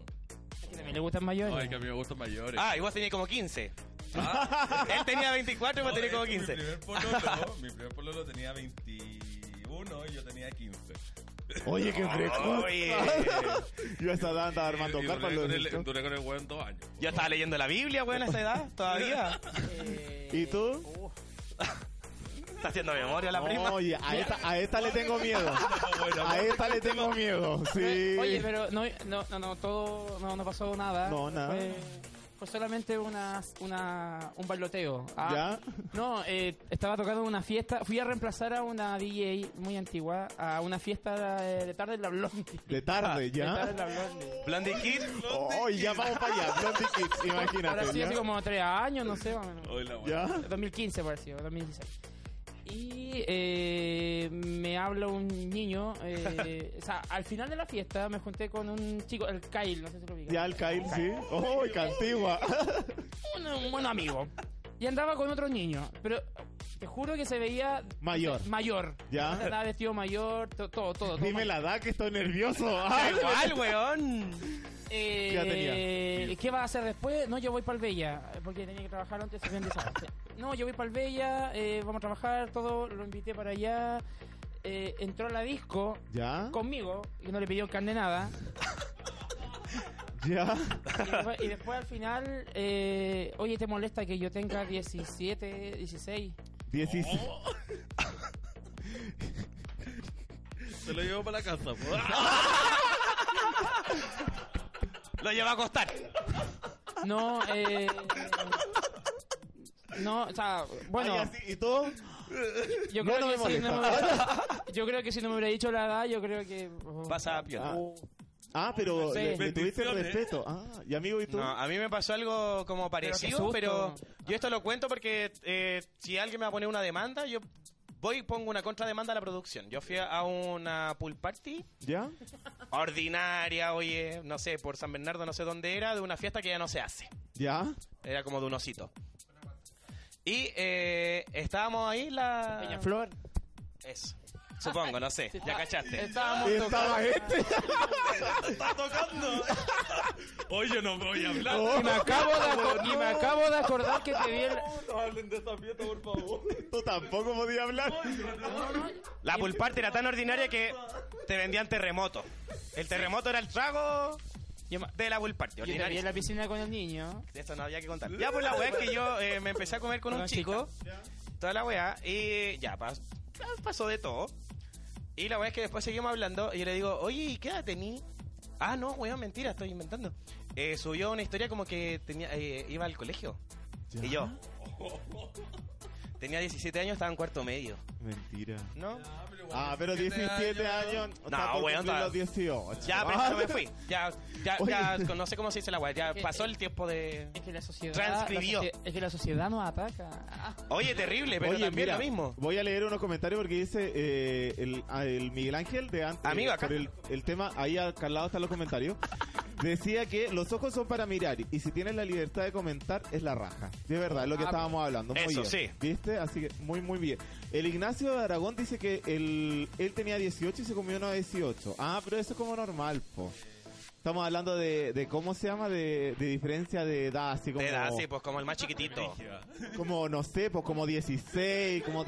Speaker 7: Es que también le gustan
Speaker 8: No, es
Speaker 7: mayores.
Speaker 8: que a mí me gustan mayores.
Speaker 3: Ah, igual tenía como 15.
Speaker 8: Ah,
Speaker 3: Él tenía 24 y
Speaker 8: no,
Speaker 3: vos tenés como
Speaker 8: es que
Speaker 3: 15.
Speaker 8: este, Mi primer pololo, mi primer pololo tenía 21 y yo tenía 15.
Speaker 4: Oye, qué precoz.
Speaker 3: Oye.
Speaker 4: Yo a esa edad andaba armando
Speaker 8: Y- y
Speaker 4: carpas.
Speaker 8: duré,
Speaker 4: lo
Speaker 8: con
Speaker 4: he
Speaker 8: el,
Speaker 4: visto.
Speaker 8: duré con el weón dos años.
Speaker 3: Yo estaba leyendo la Biblia, weón, a esa edad, todavía.
Speaker 7: Eh,
Speaker 4: ¿Y tú?
Speaker 7: uh,
Speaker 3: Está haciendo memoria la prima.
Speaker 4: Oye, a esta, a esta le tengo miedo. A esta le tengo miedo. Sí.
Speaker 7: Oye, pero no, no, no, no, todo, no, no pasó nada.
Speaker 4: No, nada.
Speaker 7: Fue, fue solamente una, una, un baloteo. Ah,
Speaker 4: ¿Ya?
Speaker 7: No, eh, estaba tocando en una fiesta. Fui a reemplazar a una DJ muy antigua a una fiesta eh, de tarde en la Blondie. Ah.
Speaker 4: De tarde,
Speaker 7: De tarde en
Speaker 4: ¿ya?
Speaker 7: la Blondie.
Speaker 3: Blondie Kid.
Speaker 4: Oye, ya vamos para allá. Blondie Kids,
Speaker 7: Ahora
Speaker 4: imagínate.
Speaker 7: sí,
Speaker 4: ¿ya?
Speaker 7: hace como tres años, no sé. más o menos.
Speaker 8: Hoy la weón.
Speaker 4: ¿Ya?
Speaker 7: 2015 parecido, 2016. Y eh, me habla un niño, eh, o sea, al final de la fiesta me junté con un chico, el Kyle, no sé si lo ubicas.
Speaker 4: Ya el Kyle, sí. ¡Oh, qué antigua!
Speaker 7: Un, un buen amigo. Y andaba con otro niño, pero te juro que se veía
Speaker 4: Mayor.
Speaker 7: mayor.
Speaker 4: Ya.
Speaker 7: Andaba vestido mayor, to- todo, todo. todo
Speaker 4: Dime la edad que estoy nervioso.
Speaker 3: Da
Speaker 4: Ay,
Speaker 3: igual, weón.
Speaker 7: Eh,
Speaker 4: ¿Qué edad tenía?
Speaker 7: ¿Qué va a hacer después? No, yo voy para el Bella, porque tenía que trabajar antes, se habían desado. Sí. No, yo voy para el Bella, eh, vamos a trabajar, todo, lo invité para allá. Eh, entró a la disco
Speaker 4: ¿Ya?
Speaker 7: conmigo, y no le pidió carne
Speaker 4: ¿Ya?
Speaker 7: nada. Y después, y después al final, eh, oye, ¿te molesta que yo tenga 17, 16?
Speaker 4: 16.
Speaker 8: Se lo llevo para la casa. po.
Speaker 3: Lo llevó a acostar.
Speaker 7: No, eh. No, o sea, bueno,
Speaker 4: Ay, así, ¿Y todo?
Speaker 7: yo,
Speaker 4: no,
Speaker 7: creo
Speaker 4: no
Speaker 7: que
Speaker 4: me
Speaker 7: si no me
Speaker 4: molesta.
Speaker 7: hubiera- yo creo que si no me hubiera dicho la edad, yo creo que...
Speaker 3: Pasa a piola.
Speaker 7: Oh.
Speaker 4: Ah, pero
Speaker 7: Sí.
Speaker 4: le, le tuviste el
Speaker 8: Bendiciones.
Speaker 4: respeto. Ah, ¿y amigo y tú?
Speaker 3: No, a mí me pasó algo como parecido,
Speaker 7: susto.
Speaker 3: pero, yo esto lo cuento porque eh, si alguien me va a poner una demanda, yo voy y pongo una contrademanda a la producción. Yo fui a una pool party
Speaker 4: ¿Ya?
Speaker 3: ordinaria, oye, no sé, por San Bernardo, no sé dónde era, de una fiesta que ya no se hace.
Speaker 4: ¿Ya?
Speaker 3: Era como de un osito. Y eh, estábamos ahí la...
Speaker 7: Peña Flor.
Speaker 3: Eso. Supongo, no sé. Ya cachaste.
Speaker 7: Estábamos
Speaker 4: Estaba este.
Speaker 8: ¡Está tocando! Oye, no me voy a hablar.
Speaker 7: Y me, acabo de aco- y me acabo de acordar que te vi el...
Speaker 8: No hablen de esta fiesta, por favor.
Speaker 4: Tú tampoco podías hablar.
Speaker 3: La pool party era tan ordinaria que te vendían terremoto. El terremoto era el trago
Speaker 7: Yo me-
Speaker 3: de la pool party.
Speaker 7: yo te vi
Speaker 3: ordinaria.
Speaker 7: en la piscina con el niño.
Speaker 3: De esto no había que contar. Ya, pues la weá es que yo eh, me empecé a comer con un
Speaker 7: Con la
Speaker 3: chico. Toda la weá. Y ya, pas- ya pasó de todo. Y la weá es que después seguimos hablando. Y yo le digo, oye, ¿y qué edad tení? Ah, no, weón, mentira, estoy inventando. Eh, subió una historia como que tenía, eh, iba al colegio. Y yo. Tenía 17 años, estaba en cuarto medio.
Speaker 4: Mentira.
Speaker 3: ¿No?
Speaker 4: Ah, pero 17 años. o sea,
Speaker 3: No,
Speaker 4: por
Speaker 3: weón,
Speaker 4: cumplir
Speaker 3: está-
Speaker 4: los 18.
Speaker 3: Ya, pero
Speaker 4: Ah,
Speaker 3: no me fui. Ya, ya, ya,
Speaker 4: Oye.
Speaker 3: no sé cómo se dice la weá. Ya
Speaker 7: ¿Qué?
Speaker 3: pasó el tiempo de.
Speaker 7: Es que la sociedad...
Speaker 3: Transcribió.
Speaker 7: la socie- es que la sociedad nos ataca.
Speaker 3: Oye, terrible, pero
Speaker 4: Oye,
Speaker 3: también
Speaker 4: mira,
Speaker 3: lo mismo.
Speaker 4: Voy a leer unos comentarios porque dice eh, el, a- el Miguel Ángel de antes.
Speaker 3: Amigo,
Speaker 4: eh,
Speaker 3: acá.
Speaker 4: por El, el tema, ahí acá al lado están los comentarios. Decía que los ojos son para mirar y si tienes la libertad de comentar es la raja. De verdad, es lo que
Speaker 7: Ah,
Speaker 4: estábamos hablando. Muy
Speaker 3: eso
Speaker 4: bien.
Speaker 3: sí.
Speaker 4: ¿Viste? Así que muy, muy bien. El Ignacio de Aragón dice que el, él tenía 18 y se comió uno de 18. Ah, pero eso es como normal, po. Estamos hablando de, de cómo se llama, de, de diferencia de edad, así como...
Speaker 3: Te da así, pues como el más chiquitito.
Speaker 4: Como, no sé, pues como 16, como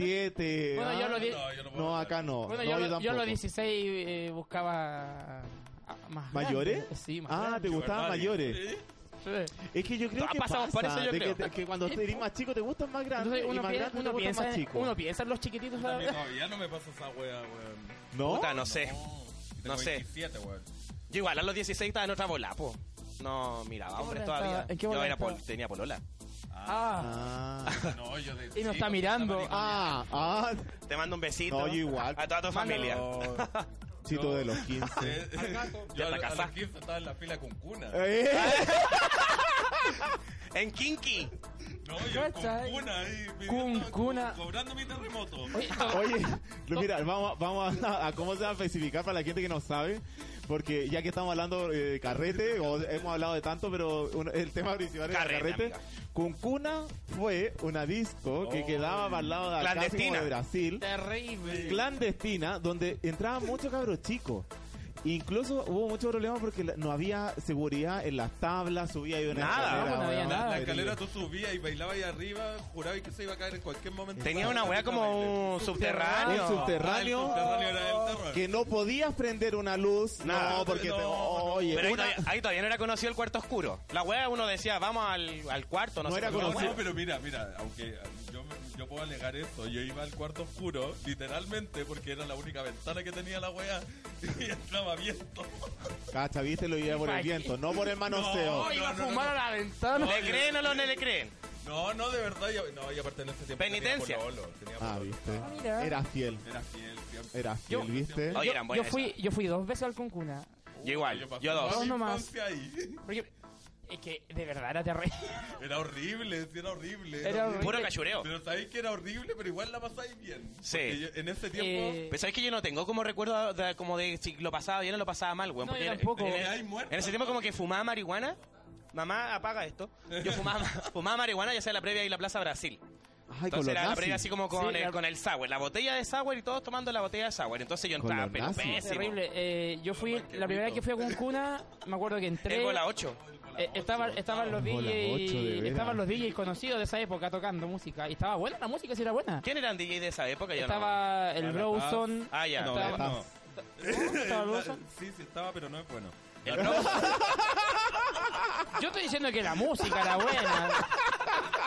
Speaker 4: 17.
Speaker 7: Bueno,
Speaker 4: ¿ah?
Speaker 7: yo a los die-
Speaker 8: No, yo no puedo.
Speaker 4: No,
Speaker 8: hablar.
Speaker 4: acá no.
Speaker 7: Bueno,
Speaker 4: No,
Speaker 7: yo,
Speaker 4: yo
Speaker 7: a los- yo a los
Speaker 4: tampoco.
Speaker 7: 16 eh, buscaba... ah, Más
Speaker 4: ¿Mayores?
Speaker 7: grande. Sí, más
Speaker 4: Ah,
Speaker 7: grande.
Speaker 4: ¿te gustaban
Speaker 8: Barbarie.
Speaker 4: mayores?
Speaker 7: Sí.
Speaker 4: Es que yo creo
Speaker 3: Ah,
Speaker 4: que
Speaker 3: pasamos por
Speaker 4: pasa,
Speaker 3: eso, yo
Speaker 4: de
Speaker 3: creo.
Speaker 4: Que, que cuando eres más chico te gustan más grandes
Speaker 7: Entonces
Speaker 4: y
Speaker 7: uno,
Speaker 4: más
Speaker 7: piensa,
Speaker 4: grandes te
Speaker 7: uno,
Speaker 4: gustan
Speaker 7: piensa,
Speaker 4: más chicos.
Speaker 7: uno piensa en los chiquititos.
Speaker 8: A mí
Speaker 7: ¿sabes?
Speaker 8: Todavía no me pasa esa weá, weón.
Speaker 4: ¿No?
Speaker 7: Oh,
Speaker 3: Puta, no sé.
Speaker 8: Y
Speaker 3: No
Speaker 8: tengo
Speaker 3: sé.
Speaker 8: 27, weón.
Speaker 3: Yo igual a los 16 estaba en otra bola, po. No, miraba
Speaker 7: ¿En qué
Speaker 3: hombres
Speaker 7: bola
Speaker 3: todavía.
Speaker 7: estaba? ¿En qué
Speaker 3: Yo
Speaker 7: bola
Speaker 3: era pol-
Speaker 7: estaba?
Speaker 3: tenía polola.
Speaker 7: Ah,
Speaker 4: Ah,
Speaker 8: No, yo de
Speaker 7: y
Speaker 8: chico,
Speaker 7: nos está mirando.
Speaker 8: marico.
Speaker 4: ah, ah,
Speaker 3: Te mando un besito.
Speaker 4: No, yo igual.
Speaker 3: A toda tu
Speaker 7: Ah.
Speaker 3: familia.
Speaker 4: chito de los 15.
Speaker 8: Eh, Yo
Speaker 3: Ya
Speaker 8: a,
Speaker 3: está Eh.
Speaker 8: a
Speaker 3: casada.
Speaker 8: los 15 estaba en la fila con cuna.
Speaker 4: Eh,
Speaker 3: En Kinky.
Speaker 8: No, yo
Speaker 7: ¿Cachai?
Speaker 8: con cuna ahí. pidiendo-
Speaker 7: Cuncuna.
Speaker 8: Cobrando mi terremoto.
Speaker 7: Oye,
Speaker 4: Oye, lo- mira, vamos, vamos a, a cómo se va a especificar para la gente que no sabe, porque ya que estamos hablando eh, de carrete, o hemos hablado de tanto, pero uno- el tema principal era
Speaker 3: Carrete,
Speaker 4: carrete. Cuncuna fue una disco que quedaba al lado de acá, así como
Speaker 3: Clandestina.
Speaker 4: de Brasil,
Speaker 7: terrible.
Speaker 4: clandestina, donde entraban muchos cabros chicos. Incluso hubo muchos problemas porque la- no había seguridad en las tablas, subía y una
Speaker 3: Nada.
Speaker 4: escalera,
Speaker 7: No, no había
Speaker 4: weón.
Speaker 7: nada.
Speaker 8: La escalera tú subías y bailabas ahí arriba, jurabas que se iba a caer en cualquier momento.
Speaker 3: Tenía una weá como un subterráneo.
Speaker 4: Un subterráneo.
Speaker 8: Ah, El Ah, subterráneo era el terror.
Speaker 4: que no podías prender una luz.
Speaker 3: Nada.
Speaker 4: No, porque te,
Speaker 8: No,
Speaker 4: oye,
Speaker 3: Pero ahí,
Speaker 4: una-
Speaker 3: todavía, ahí todavía no era conocido el cuarto oscuro. La weá uno decía, vamos al, al cuarto, no,
Speaker 4: No
Speaker 3: sé.
Speaker 4: era
Speaker 3: cómo
Speaker 8: No,
Speaker 3: se llama.
Speaker 4: conocido.
Speaker 8: no, pero mira, mira, aunque yo, yo puedo alegar esto, yo iba al cuarto oscuro, literalmente, porque era la única ventana que tenía la weá y estaba abierto.
Speaker 4: cacha, viste, lo llevé por el viento, no por el manoseo.
Speaker 8: No,
Speaker 7: Iba a
Speaker 8: no, no,
Speaker 7: fumar
Speaker 8: no.
Speaker 7: a la ventana.
Speaker 3: ¿Le creen o no le creen?
Speaker 8: No, no, de verdad, yo- no, y aparte en ese tiempo
Speaker 3: Penitencia.
Speaker 8: tenía pololo, tenía
Speaker 4: Ah,
Speaker 8: pololo.
Speaker 4: viste.
Speaker 7: mira.
Speaker 4: Era fiel,
Speaker 8: Era fiel, siempre.
Speaker 4: era fiel,
Speaker 7: Yo-
Speaker 4: viste.
Speaker 3: Oye, eran
Speaker 7: Yo
Speaker 3: buenas.
Speaker 7: fui, yo fui dos veces al Cuncuna.
Speaker 3: Yo igual,
Speaker 8: pasé
Speaker 3: yo dos.
Speaker 8: toda mi
Speaker 7: Dos nomás.
Speaker 8: infancia ahí.
Speaker 7: Porque es que de verdad era terrible.
Speaker 8: Era horrible, sí, era horrible.
Speaker 7: Era horrible.
Speaker 3: Puro cachureo.
Speaker 8: Pero sabéis que era horrible, pero igual la pasáis bien.
Speaker 3: Sí.
Speaker 8: Porque yo- en ese tiempo.
Speaker 7: Eh,
Speaker 3: Pero sabes que yo no tengo como recuerdo de, como de si lo pasaba bien o lo pasaba mal, weón.
Speaker 7: No,
Speaker 3: porque
Speaker 7: yo
Speaker 3: en-
Speaker 7: tampoco.
Speaker 3: En,
Speaker 8: Ay, muerta.
Speaker 3: en ese tiempo como que fumaba marihuana. Mamá, apaga esto. Yo fumaba, fumaba marihuana ya sea en la previa y la Plaza Brasil.
Speaker 4: Ay, con los
Speaker 3: Entonces era la
Speaker 4: nazis.
Speaker 3: previa así como con,
Speaker 7: Sí,
Speaker 3: el,
Speaker 7: la-
Speaker 3: con el sour. La botella de sour y todos tomando la botella de sour. Entonces yo
Speaker 4: Con
Speaker 3: entraba
Speaker 4: los
Speaker 3: pero
Speaker 4: nazis.
Speaker 3: pésimo.
Speaker 7: terrible. Eh, yo fui, la primera vez que fui a Cuncuna, me acuerdo que entré.
Speaker 3: Tengo la 8.
Speaker 7: eh, estaba- estaban los
Speaker 4: Bola ocho, de
Speaker 7: DJs
Speaker 4: veras.
Speaker 7: estaban los DJs conocidos de esa época tocando música y estaba buena la música sí era buena
Speaker 3: ¿Quién eran DJ de esa época? Yo no.
Speaker 7: estaba el
Speaker 8: Ahora
Speaker 7: Rawson
Speaker 3: Ah, ya.
Speaker 8: No,
Speaker 7: estaba-
Speaker 8: no.
Speaker 7: estaba Rawson?
Speaker 8: sí, sí, estaba, pero no es bueno.
Speaker 3: El Rawson.
Speaker 7: Yo estoy diciendo que la música era buena.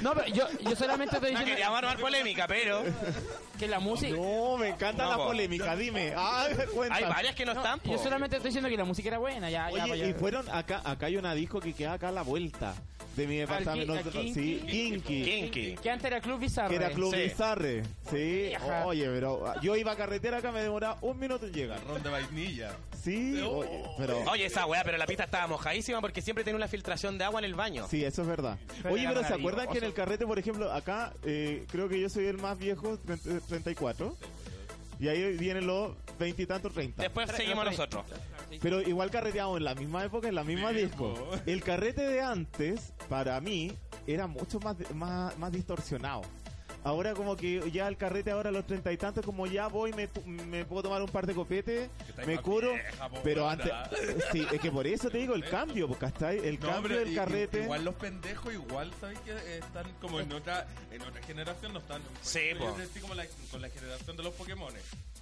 Speaker 7: No, pero yo, yo solamente estoy
Speaker 3: No
Speaker 7: diciendo
Speaker 3: queríamos armar polémica, pero
Speaker 7: que la música...
Speaker 4: No, me encanta
Speaker 3: No,
Speaker 4: la
Speaker 3: po.
Speaker 4: polémica, dime. Ah, cuenta.
Speaker 3: hay varias que no, están. po.
Speaker 7: Yo solamente estoy diciendo que la música era buena. Ya, Ah, ya, pues,
Speaker 4: Oye,
Speaker 7: ya.
Speaker 4: y fueron acá, acá hay una disco que queda acá a la vuelta de mi departamento.
Speaker 7: Ki- al
Speaker 4: Nosotros-
Speaker 7: Kinky.
Speaker 4: sí, Kinky.
Speaker 3: Kinky.
Speaker 7: Que antes era Club Bizarro.
Speaker 4: Que era
Speaker 7: eh.
Speaker 4: Club
Speaker 3: Sí.
Speaker 4: Bizarre. Sí.
Speaker 7: Ajá.
Speaker 4: Oye, pero ah, yo iba a carretera acá, me demoraba un minuto en llegar.
Speaker 8: Ron de vainilla.
Speaker 4: Sí,
Speaker 3: Oh.
Speaker 4: oye, pero...
Speaker 3: Oye, esa weá, pero la pista estaba mojadísima porque siempre tenía una filtración de agua en el baño.
Speaker 4: Sí, eso es verdad.
Speaker 7: Pero
Speaker 4: Oye,
Speaker 7: era
Speaker 4: pero ¿se
Speaker 7: maravilloso.
Speaker 4: acuerdan que en el carrete, por ejemplo, acá eh, creo que yo soy el más viejo, 30, 34? Y ahí vienen los veintitantos, treinta.
Speaker 3: Después seguimos nosotros.
Speaker 4: Pero igual carreteamos en la misma época, en la misma
Speaker 8: Sí,
Speaker 4: disco.
Speaker 8: po.
Speaker 4: El carrete de antes, para mí, era mucho más, más, más distorsionado. Ahora como que ya el carrete ahora a los treinta y tantos, como ya voy, me, pu- me puedo tomar un par de copetes,
Speaker 8: estáis
Speaker 4: me
Speaker 8: más
Speaker 4: curo.
Speaker 8: vieja, po,
Speaker 4: pero antes...
Speaker 8: weona.
Speaker 4: Sí, es que por eso te digo, el cambio, porque hasta el
Speaker 8: No,
Speaker 4: cambio
Speaker 8: pero
Speaker 4: del
Speaker 8: i-
Speaker 4: carrete...
Speaker 8: Igual los pendejos, igual, ¿sabes que eh, Están como en otra, en otra generación, no están. por
Speaker 3: Sí,
Speaker 8: ejemplo,
Speaker 3: po.
Speaker 8: Yo crecí como la- con la generación de los Pokémon.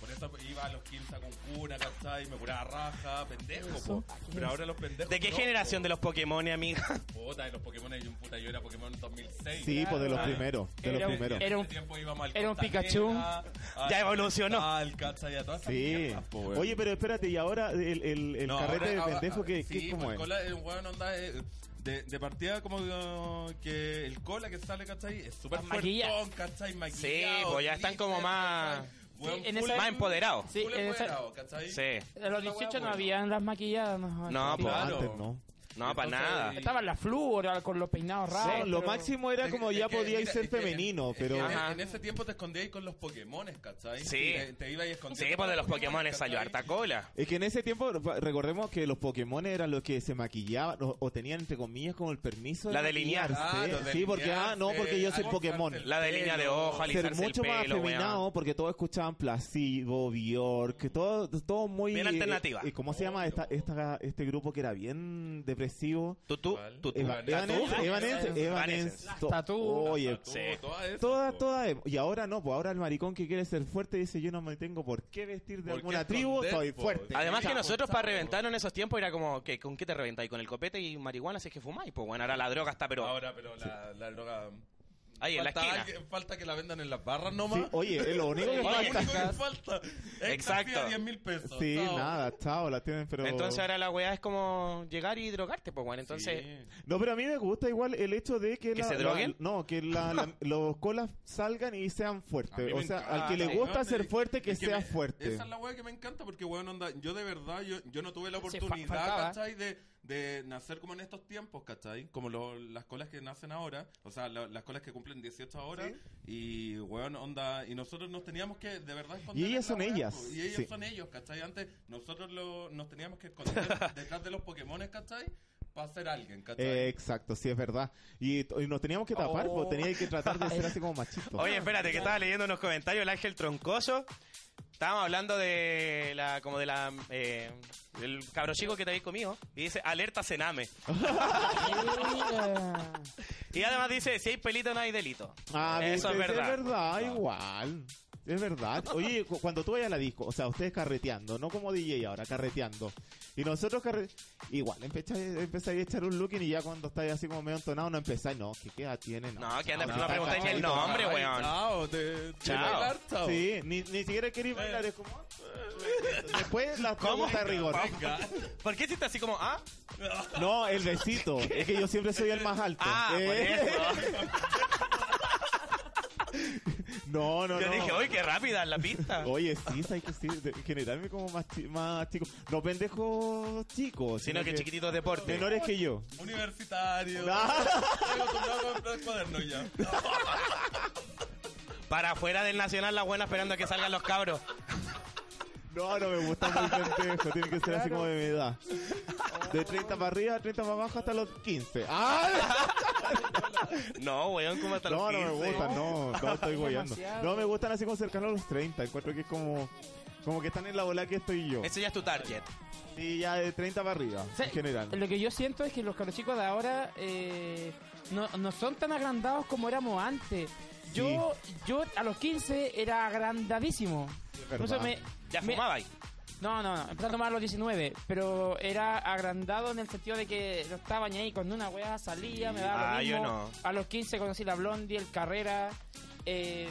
Speaker 8: Por eso iba a los 15 con cuna, ¿cachai? Me curaba raja, pendejo, po. Pero ahora los pendejos.
Speaker 3: ¿De qué
Speaker 8: no,
Speaker 3: generación
Speaker 8: po.
Speaker 3: de los Pokémon, amiga?
Speaker 8: Puta, de los Pokémon, yo, puta, yo era Pokémon 2006.
Speaker 4: Sí, pues de los
Speaker 7: Claro.
Speaker 4: primeros, de
Speaker 7: Era
Speaker 4: los
Speaker 7: un-
Speaker 4: primeros.
Speaker 7: Era un-
Speaker 8: Ese tiempo íbamos al
Speaker 7: era un
Speaker 8: Costanera,
Speaker 7: Pikachu.
Speaker 8: al-
Speaker 3: Ya evolucionó.
Speaker 8: Al ¿cachai? A todas esas
Speaker 4: Sí.
Speaker 8: mierdas, po, weón.
Speaker 4: Oye, pero espérate, y ahora el, el, el
Speaker 8: No,
Speaker 4: carrete
Speaker 8: ahora-
Speaker 4: de
Speaker 8: ahora-
Speaker 4: pendejo, que,
Speaker 8: sí,
Speaker 4: que- ¿cómo
Speaker 8: pues,
Speaker 4: es?
Speaker 8: Cola es un weón onda eh, de, de partida como uh, que el cola que sale, ¿cachai? Es súper
Speaker 7: Más maquillado.
Speaker 8: fuertón, ¿cachai? Maquillado.
Speaker 3: Sí, pues ya están como
Speaker 8: glitter,
Speaker 3: más-
Speaker 8: ¿cachai? Weón,
Speaker 7: en
Speaker 8: full
Speaker 7: esa-
Speaker 3: Más
Speaker 8: em-
Speaker 3: empoderado.
Speaker 7: Sí,
Speaker 8: full
Speaker 7: en esa-
Speaker 8: empoderado, ¿cachai?
Speaker 3: Sí.
Speaker 7: A los 18 no
Speaker 8: Bueno.
Speaker 7: habían las maquilladas. No,
Speaker 3: No,
Speaker 7: Sí.
Speaker 3: po.
Speaker 8: claro.
Speaker 4: Antes no.
Speaker 3: No, para
Speaker 8: Entonces,
Speaker 3: nada.
Speaker 8: eh,
Speaker 7: Estaban las flúor con los peinados raros.
Speaker 4: No, lo
Speaker 7: pero-
Speaker 4: máximo era
Speaker 8: Es
Speaker 4: como
Speaker 8: que-
Speaker 4: ya
Speaker 8: es que,
Speaker 4: podíais
Speaker 8: mira,
Speaker 4: ser
Speaker 8: es que en-
Speaker 4: femenino,
Speaker 8: es que
Speaker 4: pero...
Speaker 8: en-
Speaker 3: Ajá.
Speaker 8: En, ese tiempo te escondíais con los Pokémones, ¿cachai?
Speaker 3: Sí.
Speaker 8: Te, te ibas y escondías.
Speaker 3: Sí,
Speaker 8: con
Speaker 3: pues de los Pokémon
Speaker 8: Pokémones,
Speaker 3: salió
Speaker 8: ¿cachai?
Speaker 3: harta cola.
Speaker 4: Es que en ese tiempo, pa- recordemos que los Pokémon eran los que se maquillaban o, o tenían, entre comillas, como el permiso de
Speaker 3: La de linear.
Speaker 4: maquillarse.
Speaker 8: Ah, lo de
Speaker 4: sí, porque, ah, no,
Speaker 8: linearse,
Speaker 4: porque yo soy
Speaker 8: alzarse
Speaker 4: Pokémon.
Speaker 8: el
Speaker 3: La de línea de ojo,
Speaker 8: pelo.
Speaker 4: Ser
Speaker 3: alisarse
Speaker 4: mucho
Speaker 3: el
Speaker 4: más
Speaker 3: pelo,
Speaker 4: afeminado,
Speaker 3: weón.
Speaker 4: porque todos escuchaban Placebo, Bjork, todo, todo muy...
Speaker 3: Bien
Speaker 4: eh,
Speaker 3: alternativa.
Speaker 4: eh, ¿Cómo se llama esta, esta, este grupo que era bien depresivo?
Speaker 3: Tutú,
Speaker 8: ¿Cuál?
Speaker 3: tutú.
Speaker 4: Eva- Evanescence,
Speaker 3: Tatú.
Speaker 4: Evanescence, Evanescence.
Speaker 3: Evanescence.
Speaker 4: To-
Speaker 7: Tatú.
Speaker 4: Oye,
Speaker 8: Tú,
Speaker 3: Sí.
Speaker 8: todas esas,
Speaker 4: toda,
Speaker 8: po.
Speaker 4: toda. emo- Y ahora no, pues ahora el maricón que quiere ser fuerte dice: Yo no me tengo por qué vestir de
Speaker 8: ¿Por
Speaker 4: alguna
Speaker 8: qué
Speaker 4: tribu,
Speaker 8: esconder,
Speaker 4: soy
Speaker 8: po?
Speaker 4: fuerte.
Speaker 3: Además que
Speaker 8: Chavo,
Speaker 3: nosotros
Speaker 8: chavo.
Speaker 3: para reventarnos en esos tiempos era como, que ¿con qué te reventáis? ¿Con el copete y marihuana si es que fumáis? Pues bueno, ahora la droga está pero
Speaker 8: Ahora, pero la, la droga.
Speaker 3: ahí en la
Speaker 8: falta,
Speaker 3: esquina.
Speaker 8: alguien- falta que la vendan en las barras nomás.
Speaker 4: Sí, oye, es lo único que
Speaker 8: Lo
Speaker 3: Oye,
Speaker 8: único que
Speaker 4: falta.
Speaker 8: falta.
Speaker 3: Exacto.
Speaker 8: Exacto. 10 mil pesos.
Speaker 4: Sí,
Speaker 8: Chao.
Speaker 4: nada, chao, la tienen, pero.
Speaker 3: Entonces ahora la weá es como llegar y drogarte, pues bueno, entonces...
Speaker 8: Sí.
Speaker 4: No, pero a mí me gusta igual el hecho de que.
Speaker 3: ¿Que
Speaker 4: la-
Speaker 3: se
Speaker 4: la-
Speaker 3: droguen?
Speaker 4: no, que la- la- los colas salgan y sean
Speaker 8: A mí
Speaker 4: fuertes.
Speaker 8: me
Speaker 4: O sea,
Speaker 8: encanta,
Speaker 4: al que le
Speaker 8: weón,
Speaker 4: gusta
Speaker 8: es
Speaker 4: ser fuerte, que
Speaker 8: es
Speaker 4: sea
Speaker 8: me-
Speaker 4: fuerte.
Speaker 8: Esa es la weá que me encanta porque, weón, onda, yo de verdad, yo, yo no tuve la
Speaker 7: Sí, fa-
Speaker 8: oportunidad,
Speaker 7: faltaba.
Speaker 8: ¿cachai? De, de nacer como en estos tiempos, ¿cachai? Como lo- las colas que nacen ahora, o sea, la- las colas que cumplen 18 ahora, y, weón, onda, y nosotros nos teníamos que, de verdad, esconder.
Speaker 4: Y ellas
Speaker 8: en la
Speaker 4: son
Speaker 8: wea,
Speaker 4: ellas,
Speaker 8: po, Y ellos
Speaker 4: sí.
Speaker 8: son ellos, ¿cachai? Antes nosotros lo- nos teníamos que esconder detrás de los Pokémones, ¿cachai? Para ser alguien, ¿cachai?
Speaker 4: Eh, exacto, sí, es verdad. Y, t- y nos teníamos que tapar,
Speaker 3: Oh.
Speaker 4: pues tenía que tratar de ser así como machito.
Speaker 3: Oye, espérate, que estaba leyendo unos comentarios el Ángel Troncoso. Estábamos hablando de la, como de la, eh, del cabro chico que te habéis comido. Y dice, alerta cename.
Speaker 7: Mira.
Speaker 3: Y además dice, si hay pelito no hay delito.
Speaker 4: Ah,
Speaker 3: Eso es
Speaker 4: viste,
Speaker 3: verdad.
Speaker 4: Es verdad, igual. Es verdad. Oye, cu- cuando tú vayas a la disco, o sea, ustedes carreteando, no como DJ ahora, carreteando. Y nosotros carre... Igual, empezáis empezáis a echar un looking y ya cuando estáis así como medio entonado, no empezáis, no, ¿qué queda tiene?
Speaker 3: No, que anda-
Speaker 4: si
Speaker 3: no
Speaker 4: Ah, está
Speaker 3: preguntáis ni el
Speaker 4: cachadito,
Speaker 3: nombre,
Speaker 4: ay,
Speaker 3: weón.
Speaker 8: Chao, te, te
Speaker 3: Chao. Eh.
Speaker 8: bailar, chao.
Speaker 4: Sí, ni, ni siquiera queréis bailar, es como... eh, Después las
Speaker 3: ¿Cómo?
Speaker 4: preguntas de rigor.
Speaker 8: Venga.
Speaker 3: ¿Por qué hiciste así como, ah?
Speaker 4: No, el besito. Es que yo siempre soy el más alto.
Speaker 3: Ah, por
Speaker 4: Eh,
Speaker 3: eso.
Speaker 4: No, no,
Speaker 3: Yo
Speaker 4: no.
Speaker 3: dije, uy, qué rápida es la pista.
Speaker 4: Oye, sí, hay que sí, de- generarme como más, chi- más chico. No pendejos chicos,
Speaker 3: Sino que chiquititos deporte.
Speaker 4: Menores que yo.
Speaker 8: Universitario.
Speaker 4: Ah,
Speaker 8: Estoy acostumbrado a comprar cuadernos ya.
Speaker 3: Para afuera del Nacional, la buena esperando a que salgan los cabros.
Speaker 4: No, no me gusta muy pendejo. Tiene que ser así
Speaker 7: Claro.
Speaker 4: como de mi edad. De 30 para arriba, 30 para abajo hasta los 15. ¡Ah!
Speaker 3: No, weón, ¿cómo hasta
Speaker 4: No,
Speaker 3: los
Speaker 4: no me
Speaker 3: 15?
Speaker 4: gustan, no, no estoy guayando.
Speaker 7: Demasiado.
Speaker 4: No me gustan así como cercanos a los 30. Encuentro que es como. Como que están en la bola que estoy yo.
Speaker 3: Ese ya es tu target.
Speaker 4: Y ya de 30 para arriba,
Speaker 7: Sí,
Speaker 4: en general.
Speaker 7: Lo que yo siento es que los cabros chicos de ahora eh, no, no son tan agrandados como éramos antes. Yo, yo a los 15 era agrandadísimo. Incluso
Speaker 4: verdad.
Speaker 3: Ya
Speaker 7: me-
Speaker 3: fumaba ahí.
Speaker 7: No, no, no. Empecé a tomar a los 19, pero era agrandado en el sentido de que lo estaba ahí con una weá, salía, me daba
Speaker 3: Ah,
Speaker 7: lo mismo.
Speaker 3: yo no.
Speaker 7: A los 15 conocí la Blondie, el Carrera. Eh,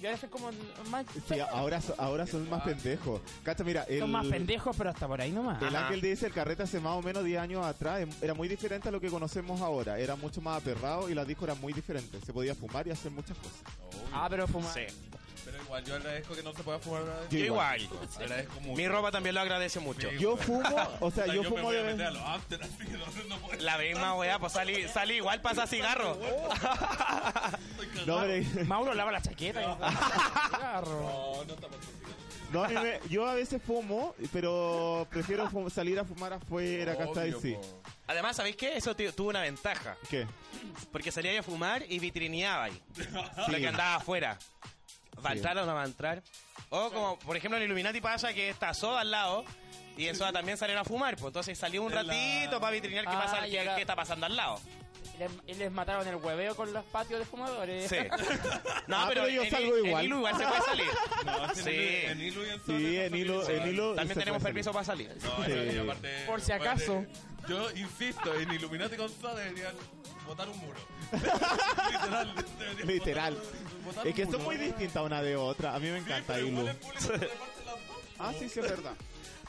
Speaker 7: yo ahora soy como más...
Speaker 4: Sí, ahora, so- ahora son más pendejos. Cacha, mira, el,
Speaker 7: Son más pendejos, pero hasta por ahí nomás.
Speaker 4: el
Speaker 3: Ajá.
Speaker 4: Ángel dice el carrete hace más o menos 10 años atrás em- era muy diferente a lo que conocemos ahora. Era mucho más aperrado y las discos eran muy diferentes. Se podía fumar y hacer muchas cosas.
Speaker 7: Ah, pero fumar.
Speaker 3: Sí.
Speaker 8: Pero igual, yo agradezco que no se pueda fumar una
Speaker 3: Yo igual.
Speaker 8: Agradezco mucho.
Speaker 3: Mi ropa también lo agradece mucho.
Speaker 8: Sí.
Speaker 4: Yo fumo, o sea, yo,
Speaker 8: me
Speaker 4: fumo
Speaker 8: voy a
Speaker 4: de
Speaker 8: meter a
Speaker 4: vez.
Speaker 8: los after, así que no, no puedo.
Speaker 3: La misma weá, pues salí, salí igual pasa cigarro.
Speaker 4: No, pero-
Speaker 7: Mauro lava la chaqueta. Cigarro.
Speaker 8: No, no estamos
Speaker 4: no, a mí me- yo a veces fumo, pero prefiero fu- salir a fumar afuera, ¿cachai?
Speaker 8: Obvio,
Speaker 4: Sí.
Speaker 8: po.
Speaker 3: Además, ¿sabéis qué? Eso tío, tuvo una ventaja.
Speaker 4: ¿Qué?
Speaker 3: Porque salía a fumar y vitrineaba ahí. Lo que andaba afuera. ¿Va a
Speaker 4: Sí.
Speaker 3: entrar o no va a entrar? O como, por ejemplo, en Illuminati pasa que está Soda al lado y en Soda también salieron a fumar. Pues entonces salió un
Speaker 8: De la-
Speaker 3: ratito para vitrinear qué,
Speaker 7: Ah,
Speaker 3: pasa,
Speaker 7: ya
Speaker 3: qué-
Speaker 7: la-
Speaker 3: qué está pasando al lado.
Speaker 7: Y les, y les mataron el hueveo con los patios de fumadores.
Speaker 3: Sí. No,
Speaker 4: Ah,
Speaker 3: pero,
Speaker 4: pero yo
Speaker 3: en-
Speaker 4: salgo
Speaker 3: en
Speaker 4: igual.
Speaker 3: Ilu igual se puede salir.
Speaker 8: No,
Speaker 3: Sí.
Speaker 8: En hilo y en Sony
Speaker 4: Ah, Sí,
Speaker 8: no
Speaker 4: en
Speaker 8: se
Speaker 4: hilo,
Speaker 8: vive
Speaker 4: en
Speaker 8: igual.
Speaker 4: hilo.
Speaker 3: También
Speaker 4: se
Speaker 3: tenemos
Speaker 4: puede salir.
Speaker 3: permiso para salir.
Speaker 8: No, eso
Speaker 4: Sí.
Speaker 8: y aparte-
Speaker 7: Por si acaso.
Speaker 8: aparte, Yo insisto, en Illuminati con Soda deberían botar un muro. Literal. deberían
Speaker 4: Literal.
Speaker 8: botar- botar
Speaker 4: Es que
Speaker 8: un
Speaker 4: son
Speaker 8: muro.
Speaker 4: muy distintas una de otra. A mí me
Speaker 8: Sí,
Speaker 4: encanta
Speaker 8: pero igual
Speaker 4: Hilo.
Speaker 8: el público se reparte las dos.
Speaker 4: Ah, sí, sí, es verdad.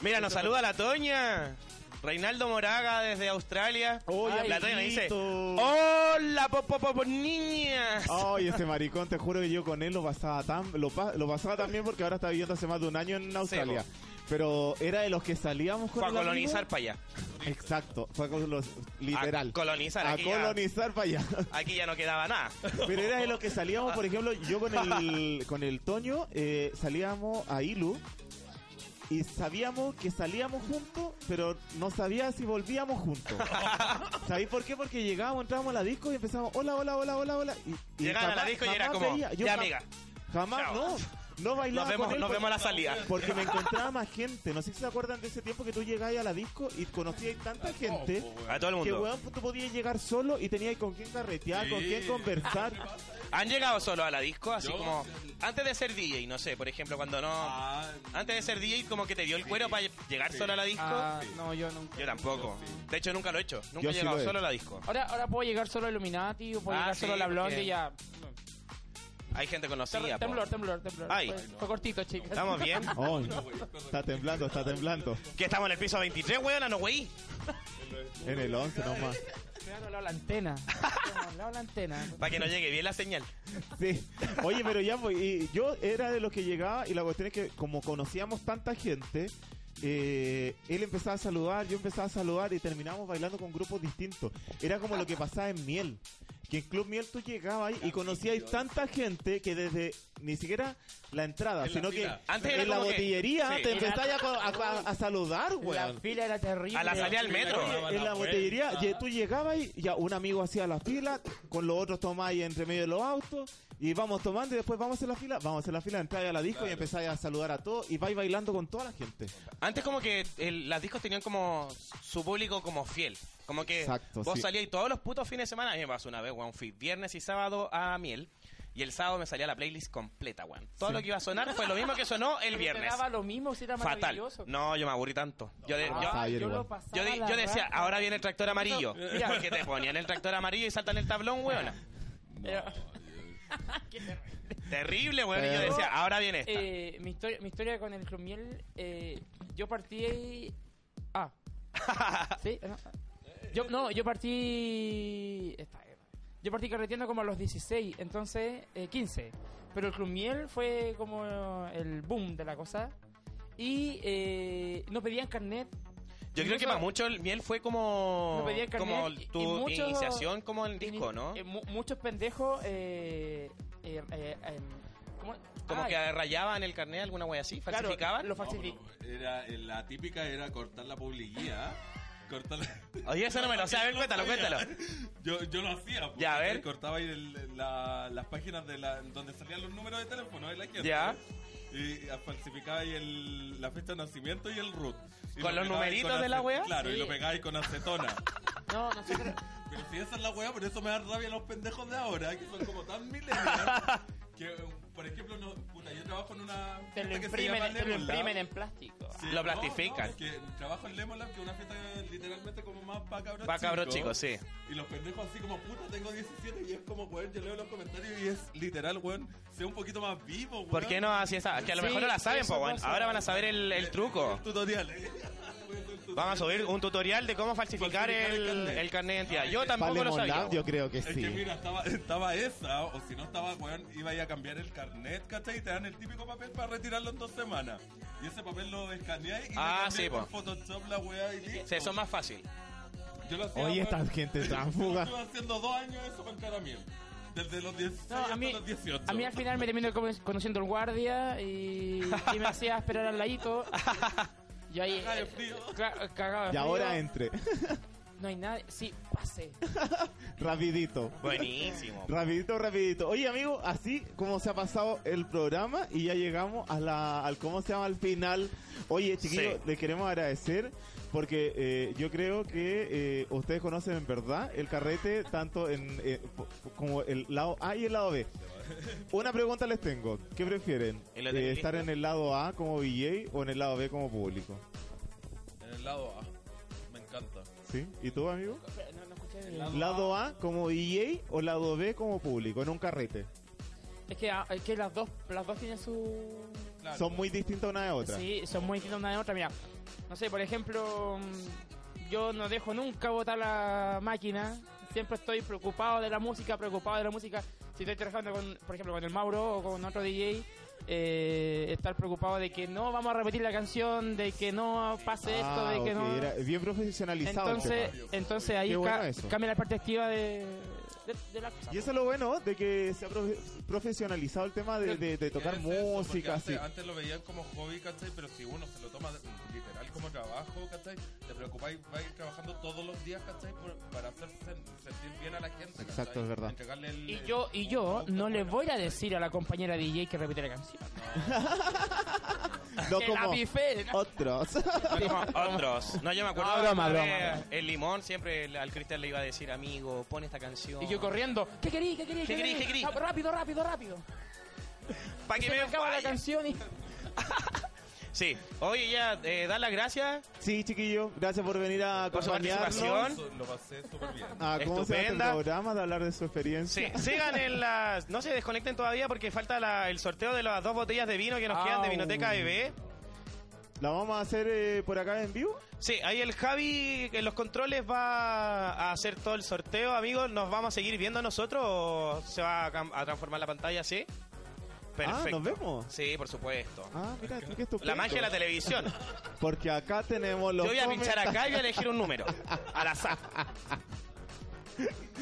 Speaker 3: Mira, nos saluda la Toña. Reinaldo Moraga desde Australia.
Speaker 4: Oye,
Speaker 3: la Toña
Speaker 4: amiguito.
Speaker 3: dice: "Oh". ¡Hola, popo, popo, niñas!
Speaker 4: Ay, ese maricón, te juro que yo con él lo pasaba tan, lo, pa- lo pasaba tan bien porque ahora está viviendo hace más de un año en Australia.
Speaker 3: Sí,
Speaker 4: pero era de los que salíamos con
Speaker 3: Fue a
Speaker 4: el amigo.
Speaker 3: colonizar para allá.
Speaker 4: Exacto, fue a col- los, literal.
Speaker 3: A colonizar
Speaker 4: A
Speaker 3: aquí. ya-
Speaker 4: colonizar para allá.
Speaker 3: aquí ya no quedaba nada.
Speaker 4: Pero era de los que salíamos, por ejemplo, yo con el, con el Toño eh, salíamos a Ilu y sabíamos que salíamos juntos, pero no sabía si volvíamos juntos. ¿Sabéis por qué? Porque llegábamos, entrábamos a la disco y empezábamos, hola, hola, hola, hola, hola. Y, y
Speaker 3: Llegaban a la
Speaker 4: jamás-
Speaker 3: disco y era
Speaker 4: jamás
Speaker 3: como:
Speaker 4: veía- yo
Speaker 3: Ya,
Speaker 4: jam-
Speaker 3: amiga.
Speaker 4: Jamás,
Speaker 3: Chao.
Speaker 4: no. No bailaba
Speaker 3: Nos
Speaker 4: con
Speaker 3: vemos,
Speaker 4: él
Speaker 3: nos
Speaker 4: porque-
Speaker 3: vemos a la salida.
Speaker 4: porque me encontraba más gente. No sé si se acuerdan de ese tiempo que tú llegabas a la disco y conocías tanta gente
Speaker 8: Oh, po, weón.
Speaker 3: A todo el
Speaker 4: que
Speaker 3: mundo.
Speaker 4: weón, tú podías llegar solo y tenías con quién carretear,
Speaker 8: Sí.
Speaker 4: con quién conversar.
Speaker 3: ¿Han llegado solo a la disco? Así
Speaker 8: Yo-
Speaker 3: como. Antes de ser DJ, no sé, por ejemplo, cuando no.
Speaker 8: Ah,
Speaker 3: Antes de ser DJ, como que te dio el cuero para llegar
Speaker 8: Sí.
Speaker 3: solo a la disco.
Speaker 7: Ah, no, yo nunca.
Speaker 3: Yo tampoco. De hecho, nunca lo he hecho. Nunca
Speaker 4: Yo
Speaker 3: he
Speaker 4: sí
Speaker 3: llegado
Speaker 4: lo he
Speaker 3: solo a la disco.
Speaker 7: Ahora, ahora puedo llegar solo a Illuminati o puedo
Speaker 3: Ah,
Speaker 7: llegar
Speaker 3: sí,
Speaker 7: solo a la Blondie
Speaker 3: porque-
Speaker 7: y ya.
Speaker 3: Hay gente conocida.
Speaker 7: Temblor,
Speaker 3: po.
Speaker 7: temblor, temblor, temblor.
Speaker 3: pues. Ay.
Speaker 7: Fue, fue cortito, chicas.
Speaker 3: ¿Estamos bien?
Speaker 4: Oh, está temblando, está temblando.
Speaker 3: Que estamos en el piso 23, weón, no, güey.
Speaker 4: En el 11 nomás.
Speaker 7: Me han hablado la antena. Me han hablado la antena.
Speaker 3: Para que no llegue bien la señal.
Speaker 4: Sí. Oye, pero ya, pues, y yo era de los que llegaba y la cuestión es que como conocíamos tanta gente, eh, él empezaba a saludar, yo empezaba a saludar y terminábamos bailando con grupos distintos. Era como lo que pasaba en Miel. Que en Club Miel tú llegabas
Speaker 3: Ah,
Speaker 4: ahí y conocías tanta gente que desde ni siquiera la entrada,
Speaker 8: En la
Speaker 4: sino que
Speaker 8: fila.
Speaker 3: Antes era
Speaker 4: en la
Speaker 3: como que-
Speaker 4: botillería
Speaker 3: sí.
Speaker 4: te empezabas a, a- a saludar,
Speaker 7: La
Speaker 4: weón.
Speaker 7: fila era terrible.
Speaker 3: A la salida al metro.
Speaker 8: Daban
Speaker 4: En la
Speaker 8: la
Speaker 4: botillería,
Speaker 8: vuelta.
Speaker 4: ye- tú llegabas y ya un amigo hacía la fila, con los otros tomáis entre medio de los autos, y vamos tomando y después vamos a hacer la fila, vamos a hacer la fila, entráis a la disco y empezáis a saludar a todos y vais bailando con toda la gente.
Speaker 3: Antes como que el- las discos tenían como su público como fiel. Como que
Speaker 4: Exacto,
Speaker 3: vos
Speaker 4: sí.
Speaker 3: salías y todos los putos fines de semana, a mí me pasó una vez, weón, fui viernes y sábado a Miel. Y el sábado me salía la playlist completa, weón. Todo lo que iba a sonar fue lo mismo que sonó el viernes.
Speaker 7: Daba lo mismo si era
Speaker 3: Fatal.
Speaker 7: maravilloso.
Speaker 3: No, yo me aburrí tanto. Yo, de- yo-
Speaker 4: Ah, yo igual.
Speaker 7: lo pasaba
Speaker 3: yo de-
Speaker 7: la
Speaker 3: yo decía,
Speaker 7: raja.
Speaker 3: ahora viene el tractor amarillo.
Speaker 7: Mira.
Speaker 3: Porque te ponían el tractor amarillo y saltan el tablón, weón.
Speaker 7: Era-
Speaker 3: Terrible, weón. Y yo decía, ahora viene esta.
Speaker 7: Eh, mi, historia, mi historia con el Club Miel, eh, yo partí ahí... Ah. ¿Sí? no. Yo, no, yo partí... esta era. Yo partí carreteando como a los 16, entonces eh, 15. Pero el Club Miel fue como el boom de la cosa. Y eh, no pedían carnet.
Speaker 3: Yo creo que
Speaker 7: Incluso-
Speaker 3: para muchos el miel fue como,
Speaker 7: No pedía carnet
Speaker 3: como
Speaker 7: y-
Speaker 3: tu
Speaker 7: y muchos-
Speaker 3: iniciación como en disco, ¿no?
Speaker 7: Eh, mu- muchos pendejos... eh, eh, eh, em, ¿cómo?
Speaker 3: Como
Speaker 7: Ah,
Speaker 3: que rayaban el carnet alguna wea así,
Speaker 7: claro,
Speaker 3: falsificaban.
Speaker 7: Lo
Speaker 8: No,
Speaker 7: falsificaban.
Speaker 8: pero era, eh, la típica era cortar la publicidad. Cortar la...
Speaker 3: Oye, eso no me lo sé. A ver, cuéntalo, cuéntalo.
Speaker 8: Yo, yo lo hacía. po.
Speaker 3: Ya, a ver.
Speaker 8: Cortaba ahí el- la- las páginas de la, donde salían los números de teléfono de la gente.
Speaker 3: Ya.
Speaker 8: Y ah, falsificaba ahí el, la fecha de nacimiento y el root. Y
Speaker 3: ¿Con los
Speaker 8: lo pegaba ahí
Speaker 3: numeritos
Speaker 8: con
Speaker 3: de la
Speaker 8: ace-
Speaker 3: wea?
Speaker 8: Claro, y
Speaker 7: Sí.
Speaker 8: lo pegáis con acetona.
Speaker 7: No, nosotros...
Speaker 8: Pero si esa es la weá, por eso me da rabia los pendejos de ahora, que son como tan millennials. que, eh, por ejemplo, no, puta, yo trabajo en una.
Speaker 7: Te lo
Speaker 8: fiesta que se
Speaker 7: imprimen,
Speaker 8: llama
Speaker 7: te lo
Speaker 8: Lemon Lab.
Speaker 7: imprimen en plástico.
Speaker 8: Sí,
Speaker 3: Lo plastifican.
Speaker 8: es que trabajo en Lemon Lab, que es una fiesta literalmente como más pa' cabros
Speaker 3: Va cabros chicos, sí.
Speaker 8: Y los pendejos así como, puta, tengo 17 y es como, weón, yo leo los comentarios y es literal, weón, sea un poquito más vivo, weón.
Speaker 3: ¿Por qué no hacía esa? Que a lo
Speaker 7: Sí,
Speaker 3: mejor no la saben,
Speaker 7: eso
Speaker 3: po, weón.
Speaker 7: pasa.
Speaker 3: Ahora van a saber el, el truco.
Speaker 8: Eh, Tutorial. eh.
Speaker 3: Vamos a subir un tutorial de cómo falsificar
Speaker 8: Falsificar el
Speaker 3: el,
Speaker 8: carnet.
Speaker 3: el carnet de identidad. Yo
Speaker 4: Para
Speaker 3: tampoco lo
Speaker 4: Lemon
Speaker 3: sabía.
Speaker 4: Lab, yo creo que
Speaker 8: Es que
Speaker 4: sí.
Speaker 8: mira, estaba, estaba esa, o si no estaba, weón, iba a ir a cambiar el carnet, ¿cachai? Y te dan el típico papel para retirarlo en dos semanas. Y ese papel lo escaneáis y
Speaker 3: Ah,
Speaker 8: le cambiáis
Speaker 3: sí,
Speaker 8: por
Speaker 3: po.
Speaker 8: Photoshop la weá y listo.
Speaker 3: Sí, eso es más fácil.
Speaker 8: Yo lo hacía,
Speaker 4: Oye,
Speaker 8: weón,
Speaker 4: esta gente tan
Speaker 8: yo
Speaker 4: fuga.
Speaker 8: estuve haciendo dos años eso con cara miel. Desde los 16
Speaker 7: No, a mí,
Speaker 8: hasta los 18.
Speaker 7: a mí al final me termino como- conociendo al guardia y, y me hacía esperar al ladito. Yo ahí
Speaker 8: Cagado de
Speaker 7: eh,
Speaker 8: frío.
Speaker 7: ca- cagado de
Speaker 4: Y
Speaker 7: frío.
Speaker 4: ahora entre.
Speaker 7: no hay nadie. Sí, pasé.
Speaker 4: Rapidito.
Speaker 3: Buenísimo.
Speaker 4: Rapidito, rapidito. Oye, amigo, así como se ha pasado el programa y ya llegamos a la, al cómo se llama al final. Oye, chiquillos,
Speaker 3: Sí.
Speaker 4: les queremos agradecer porque eh, yo creo que eh, ustedes conocen en verdad el carrete tanto en eh, po- como el lado A y el lado B. Una pregunta les tengo. ¿Qué prefieren?
Speaker 3: ¿Y la tenés
Speaker 4: Eh, ¿Estar en el lado A como VJ o en el lado B como público?
Speaker 8: En el lado A. Me encanta.
Speaker 4: ¿Sí? ¿Y tú, amigo?
Speaker 7: No, no escuché.
Speaker 4: ¿Lado A como DJ o lado B como público en un carrete?
Speaker 7: Es que, ah, es que las dos las dos tienen su.
Speaker 8: Claro.
Speaker 4: Son muy distintas una de otra.
Speaker 7: Sí, son muy distintas una de otra. Mira, no sé, por ejemplo, mm, yo no dejo nunca botar la máquina. Siempre estoy preocupado de la música, preocupado de la música. Si estoy trabajando, con, por ejemplo, con el Mauro o con otro DJ, eh, estar preocupado de que no vamos a repetir la canción, de que no pase esto,
Speaker 4: Ah,
Speaker 7: de que
Speaker 4: ok,
Speaker 7: no.
Speaker 4: era bien profesionalizado. el
Speaker 7: Entonces,
Speaker 4: tema.
Speaker 7: entonces ahí
Speaker 4: Qué bueno
Speaker 7: ca-
Speaker 4: eso.
Speaker 7: cambia la perspectiva de, de- de la cosa.
Speaker 4: y eso es lo bueno de que se ha profe- profesionalizado el tema de, de- de tocar
Speaker 8: Es eso, porque
Speaker 4: música,
Speaker 8: antes,
Speaker 4: así.
Speaker 8: antes lo veían como hobby, ¿cachai? Pero si uno se lo toma de- literal como trabajo, ¿cachai? Te preocupáis, vais trabajando todos los días, ¿cachai? Por- para hacer sen- sentir bien a la gente, ¿cachai?
Speaker 4: Exacto, es verdad.
Speaker 8: Entregarle el-
Speaker 7: Y
Speaker 8: el-
Speaker 7: yo, y yo
Speaker 8: el-
Speaker 7: no le
Speaker 8: bueno.
Speaker 7: voy a decir a la compañera DJ que repite la canción.
Speaker 4: No
Speaker 7: Que la
Speaker 4: como
Speaker 7: pifé.
Speaker 4: otros.
Speaker 3: Otros. No, yo me acuerdo.
Speaker 7: No, Ah, broma,
Speaker 3: una
Speaker 7: broma,
Speaker 3: vez El limón siempre el- al Cristian le iba a decir, amigo, pon esta canción.
Speaker 7: Y yo corriendo, ¿qué querí? ¿Qué querí?
Speaker 3: ¿Qué querí, qué querí?
Speaker 7: Ah, Rápido, rápido, rápido.
Speaker 3: Pa' que
Speaker 7: Se me
Speaker 3: me
Speaker 7: acaba la
Speaker 3: vaya.
Speaker 7: canción y...
Speaker 3: Sí. Oye, ya, eh, dar las gracias.
Speaker 4: sí, chiquillo, gracias por venir a
Speaker 3: Por su
Speaker 4: acompañarnos.
Speaker 3: participación.
Speaker 8: Eso, Lo pasé súper bien.
Speaker 4: A cómo se llama
Speaker 3: Estupenda.
Speaker 4: el programa, de hablar de su
Speaker 3: Sí,
Speaker 4: experiencia.
Speaker 3: sigan en las. No se desconecten todavía porque falta la- el sorteo de las dos botellas de vino que nos quedan de
Speaker 7: Au.
Speaker 3: Vinoteca BB.
Speaker 4: ¿La vamos a hacer eh, por acá en vivo?
Speaker 3: Sí, ahí el Javi en los controles va a hacer todo el sorteo, amigos. ¿Nos vamos a seguir viendo nosotros o se va a, cam- a transformar la pantalla así? Perfecto.
Speaker 4: Ah, nos vemos.
Speaker 3: Sí, por supuesto.
Speaker 4: Ah, mira, tú qué estupendo.
Speaker 3: La magia de la televisión.
Speaker 4: Porque acá tenemos los.
Speaker 3: Yo voy a pinchar
Speaker 4: comentarios.
Speaker 3: acá y voy a elegir un número. Al azar.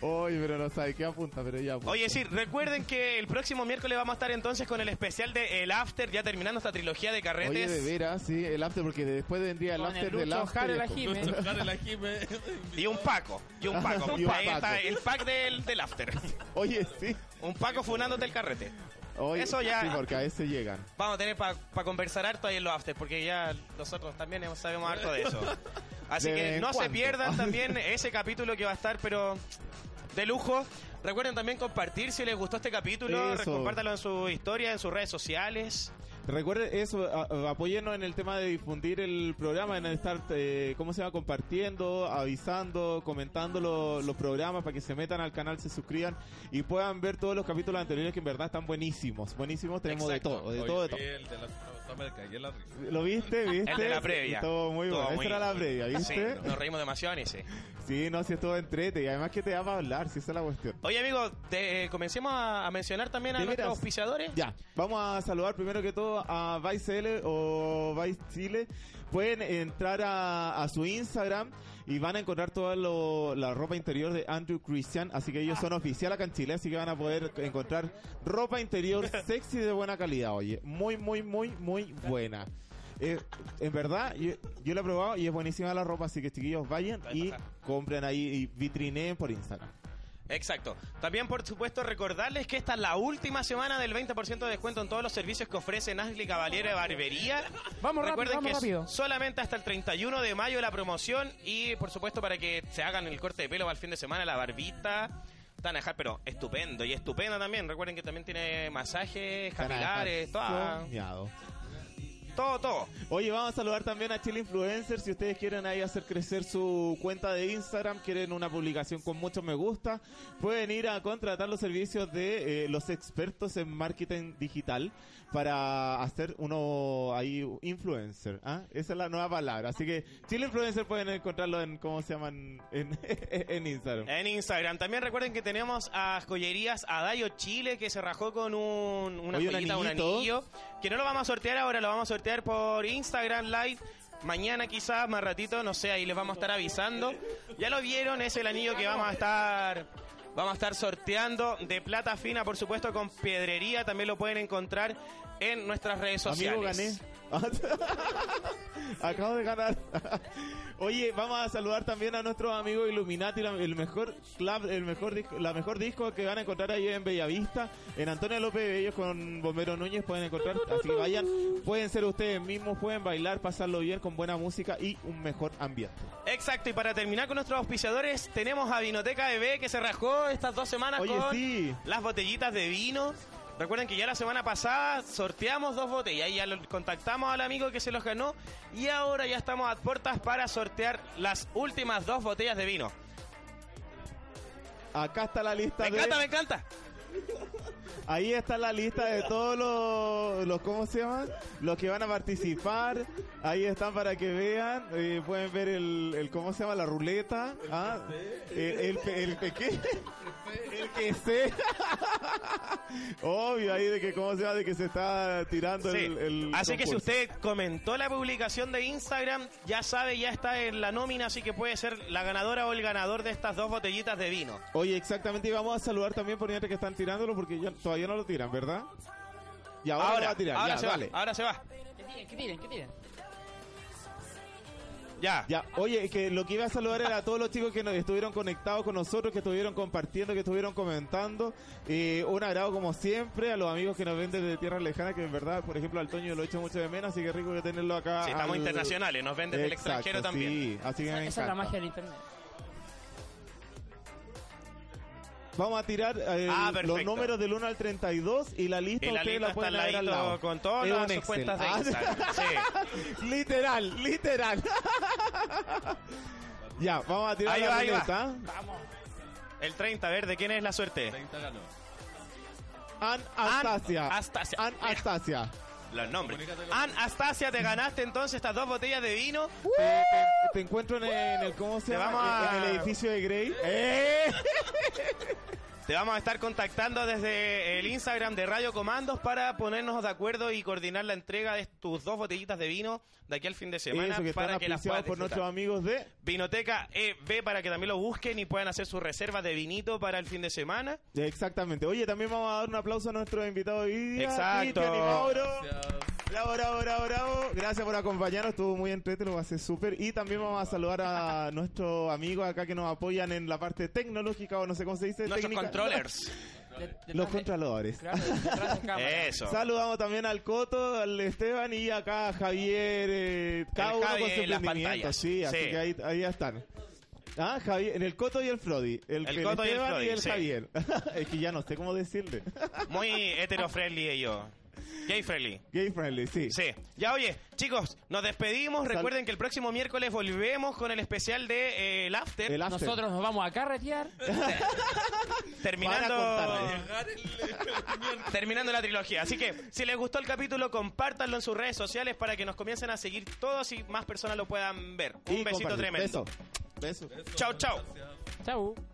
Speaker 4: Oye, pero no sabe qué apunta, pero ya. pues.
Speaker 3: Oye, sí, recuerden que el próximo miércoles vamos a estar entonces con el especial de El After, ya terminando esta trilogía de carretes.
Speaker 4: Oye, de veras, sí, el after, porque después vendría el
Speaker 7: Con
Speaker 4: after
Speaker 7: el
Speaker 4: del
Speaker 7: Lucho
Speaker 4: after.
Speaker 7: Jara la
Speaker 4: y-
Speaker 7: Jime.
Speaker 8: Nuestro Jara la Jime.
Speaker 3: Y un Paco, y un Paco.
Speaker 4: Y un
Speaker 3: Ahí
Speaker 4: Paco.
Speaker 3: está el pack del, del after.
Speaker 4: Oye, sí.
Speaker 3: Un Paco funándote el carrete.
Speaker 4: Oye,
Speaker 3: Eso ya.
Speaker 4: Sí, porque a ese llegan.
Speaker 3: Vamos a tener para conversar harto ahí en los after, porque ya nosotros también sabemos harto de eso. Así
Speaker 4: De vez
Speaker 3: que
Speaker 4: en
Speaker 3: no se
Speaker 4: cuando.
Speaker 3: pierdan también ese capítulo que va a estar, pero de lujo. Recuerden también compartir si les gustó este capítulo,
Speaker 4: Eso.
Speaker 3: compártalo en su historia, en sus redes sociales.
Speaker 4: Recuerden eso, a- a- apóyennos en el tema de difundir el programa, en estar, eh, ¿cómo se va? Compartiendo, avisando, comentando lo- los programas para que se metan al canal, se suscriban y puedan ver todos los capítulos anteriores que en verdad están buenísimos. Buenísimos, tenemos de todo, de
Speaker 8: Oye,
Speaker 4: todo, de
Speaker 8: vi
Speaker 4: todo.
Speaker 8: El de la. No, me caí en la risa.
Speaker 4: ¿Lo viste? ¿Viste?
Speaker 3: El de la previa.
Speaker 4: Estuvo muy
Speaker 3: Estuvo
Speaker 4: bueno. Esa
Speaker 3: muy-
Speaker 4: era la previa, ¿viste?
Speaker 3: Sí, nos reímos demasiado en ese.
Speaker 4: Sí, no, si estuvo entrete y además que te da para hablar, si esa es la cuestión.
Speaker 3: Oye, amigo, te- eh, comencemos a, a mencionar también a
Speaker 4: ¿De
Speaker 3: nuestros
Speaker 4: veras?
Speaker 3: auspiciadores.
Speaker 4: Ya, vamos a saludar primero que todo a Vice L o Vice Chile. Pueden entrar a, a su Instagram y van a encontrar toda lo- la ropa interior de Andrew Christian. Así que ellos son oficial acá en Chile, así que van a poder encontrar ropa interior sexy de buena calidad, oye. Muy, muy, muy, muy buena. Eh, en verdad, yo, yo la he probado y es buenísima la ropa, así que chiquillos vayan y compren ahí y vitrineen por Instagram.
Speaker 3: Exacto. También, por supuesto, recordarles que esta es la última semana del 20% de descuento en todos los servicios que ofrece Nasli Caballero de Barbería.
Speaker 7: Vamos rápido,
Speaker 3: Recuerden
Speaker 7: vamos
Speaker 3: que
Speaker 7: rápido.
Speaker 3: solamente hasta el 31 de mayo la promoción y, por supuesto, para que se hagan el corte de pelo para el fin de semana, la barbita. Tanajar, pero estupendo y estupenda también. Recuerden que también tiene masajes capilares, toda-
Speaker 4: Soñado.
Speaker 3: todo, todo.
Speaker 4: Oye, vamos a saludar también a Chile Influencer. Si ustedes quieren ahí hacer crecer su cuenta de Instagram, quieren una publicación con muchos me gusta, pueden ir a contratar los servicios de eh, los expertos en marketing digital para hacer uno ahí influencer. ¿ah? Esa es la nueva palabra. Así que Chile Influencer pueden encontrarlo en, ¿cómo se llaman? En, en Instagram.
Speaker 3: En Instagram. También recuerden que tenemos a joyerías Adayo Chile que se rajó con un, una
Speaker 4: Oye, un
Speaker 3: joyita, un
Speaker 4: anillito.
Speaker 3: anillo. Que no lo vamos a sortear ahora, lo vamos a sortear por Instagram Live. Mañana quizás, más ratito, no sé, ahí les vamos a estar avisando. Ya lo vieron, es el anillo que vamos a estar... Vamos a estar sorteando de plata fina, por supuesto, con piedrería. También lo pueden encontrar en nuestras redes sociales.
Speaker 4: Amigo, gané. Acabo de ganar. Oye, vamos a saludar también a nuestros amigos Illuminati, la- el mejor club, el mejor disco, la mejor disco que van a encontrar ahí en Bellavista, en Antonio López Bellos con Bombero Núñez pueden encontrar, así que vayan, pueden ser ustedes mismos, pueden bailar, pasarlo bien con buena música y un mejor ambiente.
Speaker 3: Exacto, y para terminar con nuestros auspiciadores, tenemos a Vinoteca Bebé que se rajó estas dos semanas
Speaker 4: Oye,
Speaker 3: con
Speaker 4: sí.
Speaker 3: las botellitas de vino. Recuerden que ya la semana pasada sorteamos dos botellas y ya lo- contactamos al amigo que se los ganó y ahora ya estamos a puertas para sortear las últimas dos botellas de vino.
Speaker 4: Acá está la lista
Speaker 3: Me
Speaker 4: de
Speaker 3: encanta, me encanta.
Speaker 4: Ahí está la lista de todos los, los- ¿cómo se llaman? Los que van a participar. Ahí están para que vean. Eh, pueden ver el, el- ¿cómo se llama? La ruleta. ¿ah? El, el, pe- el pe- ¿qué? El que sé. Obvio, ahí de que, ¿cómo se llama? De que se está tirando
Speaker 3: Sí.
Speaker 4: el, el
Speaker 3: así que si
Speaker 4: concurso.
Speaker 3: usted comentó la publicación de Instagram, ya sabe, ya está en la nómina, así que puede ser la ganadora o el ganador de estas dos botellitas de vino.
Speaker 4: Oye, exactamente. Y vamos a saludar también por mientras que están tirándolo porque ya- todavía no lo tiran, ¿verdad? Y ahora, lo va a tirar.
Speaker 3: ahora
Speaker 4: ya,
Speaker 3: se
Speaker 4: dale.
Speaker 3: va, ahora se va.
Speaker 7: Que tiren, que tiren, que tiren.
Speaker 3: Ya.
Speaker 4: Ya, oye, que lo que iba a saludar era a todos los chicos que nos estuvieron conectados con nosotros, que estuvieron compartiendo, que estuvieron comentando. Eh, un agrado como siempre a los amigos que nos ven desde tierras lejanas, que en verdad, por ejemplo, al Toño lo echo mucho de menos, así que rico que tenerlo acá.
Speaker 3: Sí, estamos
Speaker 4: al-
Speaker 3: internacionales, nos ven desde el
Speaker 4: Exacto,
Speaker 3: extranjero también.
Speaker 4: Sí, así que me
Speaker 7: Esa, esa es la
Speaker 4: encanta.
Speaker 7: magia del internet.
Speaker 4: Vamos a tirar eh,
Speaker 3: Ah,
Speaker 4: los
Speaker 3: perfecto.
Speaker 4: números del 1 al 32 y la lista
Speaker 3: El
Speaker 4: ustedes
Speaker 3: alito
Speaker 4: la
Speaker 3: está
Speaker 4: pueden
Speaker 3: al
Speaker 4: leer al
Speaker 3: ladito
Speaker 4: lado.
Speaker 3: con todas
Speaker 4: Es un
Speaker 3: las
Speaker 4: Excel.
Speaker 3: cuentas de
Speaker 4: Ah,
Speaker 3: Instagram. Sí.
Speaker 4: literal, literal. ya, vamos a tirar
Speaker 3: Ahí
Speaker 4: la
Speaker 3: va, ahí va.
Speaker 4: ruleta.
Speaker 3: El 30, a ver, ¿de quién es la suerte?
Speaker 8: 30 ganó.
Speaker 4: An Anastasia.
Speaker 3: Anastasia.
Speaker 4: An Anastasia.
Speaker 3: Los nombres. Anastasia, te ganaste entonces estas dos botellas de vino.
Speaker 4: Te, te- te encuentro en el, en el- ¿cómo se
Speaker 3: Te
Speaker 4: llama?
Speaker 3: vamos
Speaker 4: En- en
Speaker 3: a-
Speaker 4: el edificio de Grey. ¡Eh!
Speaker 3: Te vamos a estar contactando desde el Instagram de Radio Comandos para ponernos de acuerdo y coordinar la entrega de tus dos botellitas de vino de aquí al fin de semana
Speaker 4: Eso que están
Speaker 3: para que las
Speaker 4: auspiciados
Speaker 3: puedas
Speaker 4: por nuestros
Speaker 3: disfrutar.
Speaker 4: amigos de...
Speaker 3: Vinoteca EB para que también lo busquen y puedan hacer sus reservas de vinito para el fin de semana.
Speaker 4: Exactamente. Oye, también vamos a dar un aplauso a nuestro invitado hoy día,
Speaker 3: Exacto.
Speaker 4: Cristian y Mauro. Bravo, bravo, bravo, bravo. Gracias por acompañarnos, estuvo muy entretenido, va a ser súper. Y también vamos a saludar a nuestros amigos acá que nos apoyan en la parte tecnológica o no sé cómo se dice.
Speaker 9: Nuestros
Speaker 4: técnica.
Speaker 9: controllers.
Speaker 7: De- detrás
Speaker 4: Los
Speaker 7: de-
Speaker 4: controladores.
Speaker 7: Claro, detrás de
Speaker 4: Eh,
Speaker 7: cámara.
Speaker 3: Eso.
Speaker 4: Saludamos también al Coto, al Esteban y acá a Javier, eh, cada uno
Speaker 3: Javi
Speaker 4: con su
Speaker 3: en las
Speaker 4: emprendimiento.
Speaker 3: pantallas.
Speaker 4: Sí, así
Speaker 3: Sí.
Speaker 4: que ahí, ahí están. Ah, Javier, en el Coto y el Frodi. El,
Speaker 3: El Coto y el
Speaker 4: Esteban
Speaker 3: Frodi, sí.
Speaker 4: Javier. es que ya no sé cómo decirle.
Speaker 3: Muy hetero-friendly ellos. Gay-friendly.
Speaker 4: Gay friendly, sí.
Speaker 3: Sí. Ya oye, chicos, nos despedimos. Recuerden que el próximo miércoles volvemos con el especial de eh, el After.
Speaker 4: El after.
Speaker 7: Nosotros nos vamos a carretear.
Speaker 4: Eh. Van a
Speaker 3: terminando,
Speaker 4: contar,
Speaker 8: Llegar el, el miércoles.
Speaker 3: terminando la trilogía. Así que, si les gustó el capítulo, compártanlo en sus redes sociales para que nos comiencen a seguir todos y más personas lo puedan ver. Un
Speaker 4: Y
Speaker 3: besito
Speaker 4: compartir.
Speaker 3: tremendo.
Speaker 4: Beso. Beso.
Speaker 3: Chao, chao.
Speaker 7: Chau.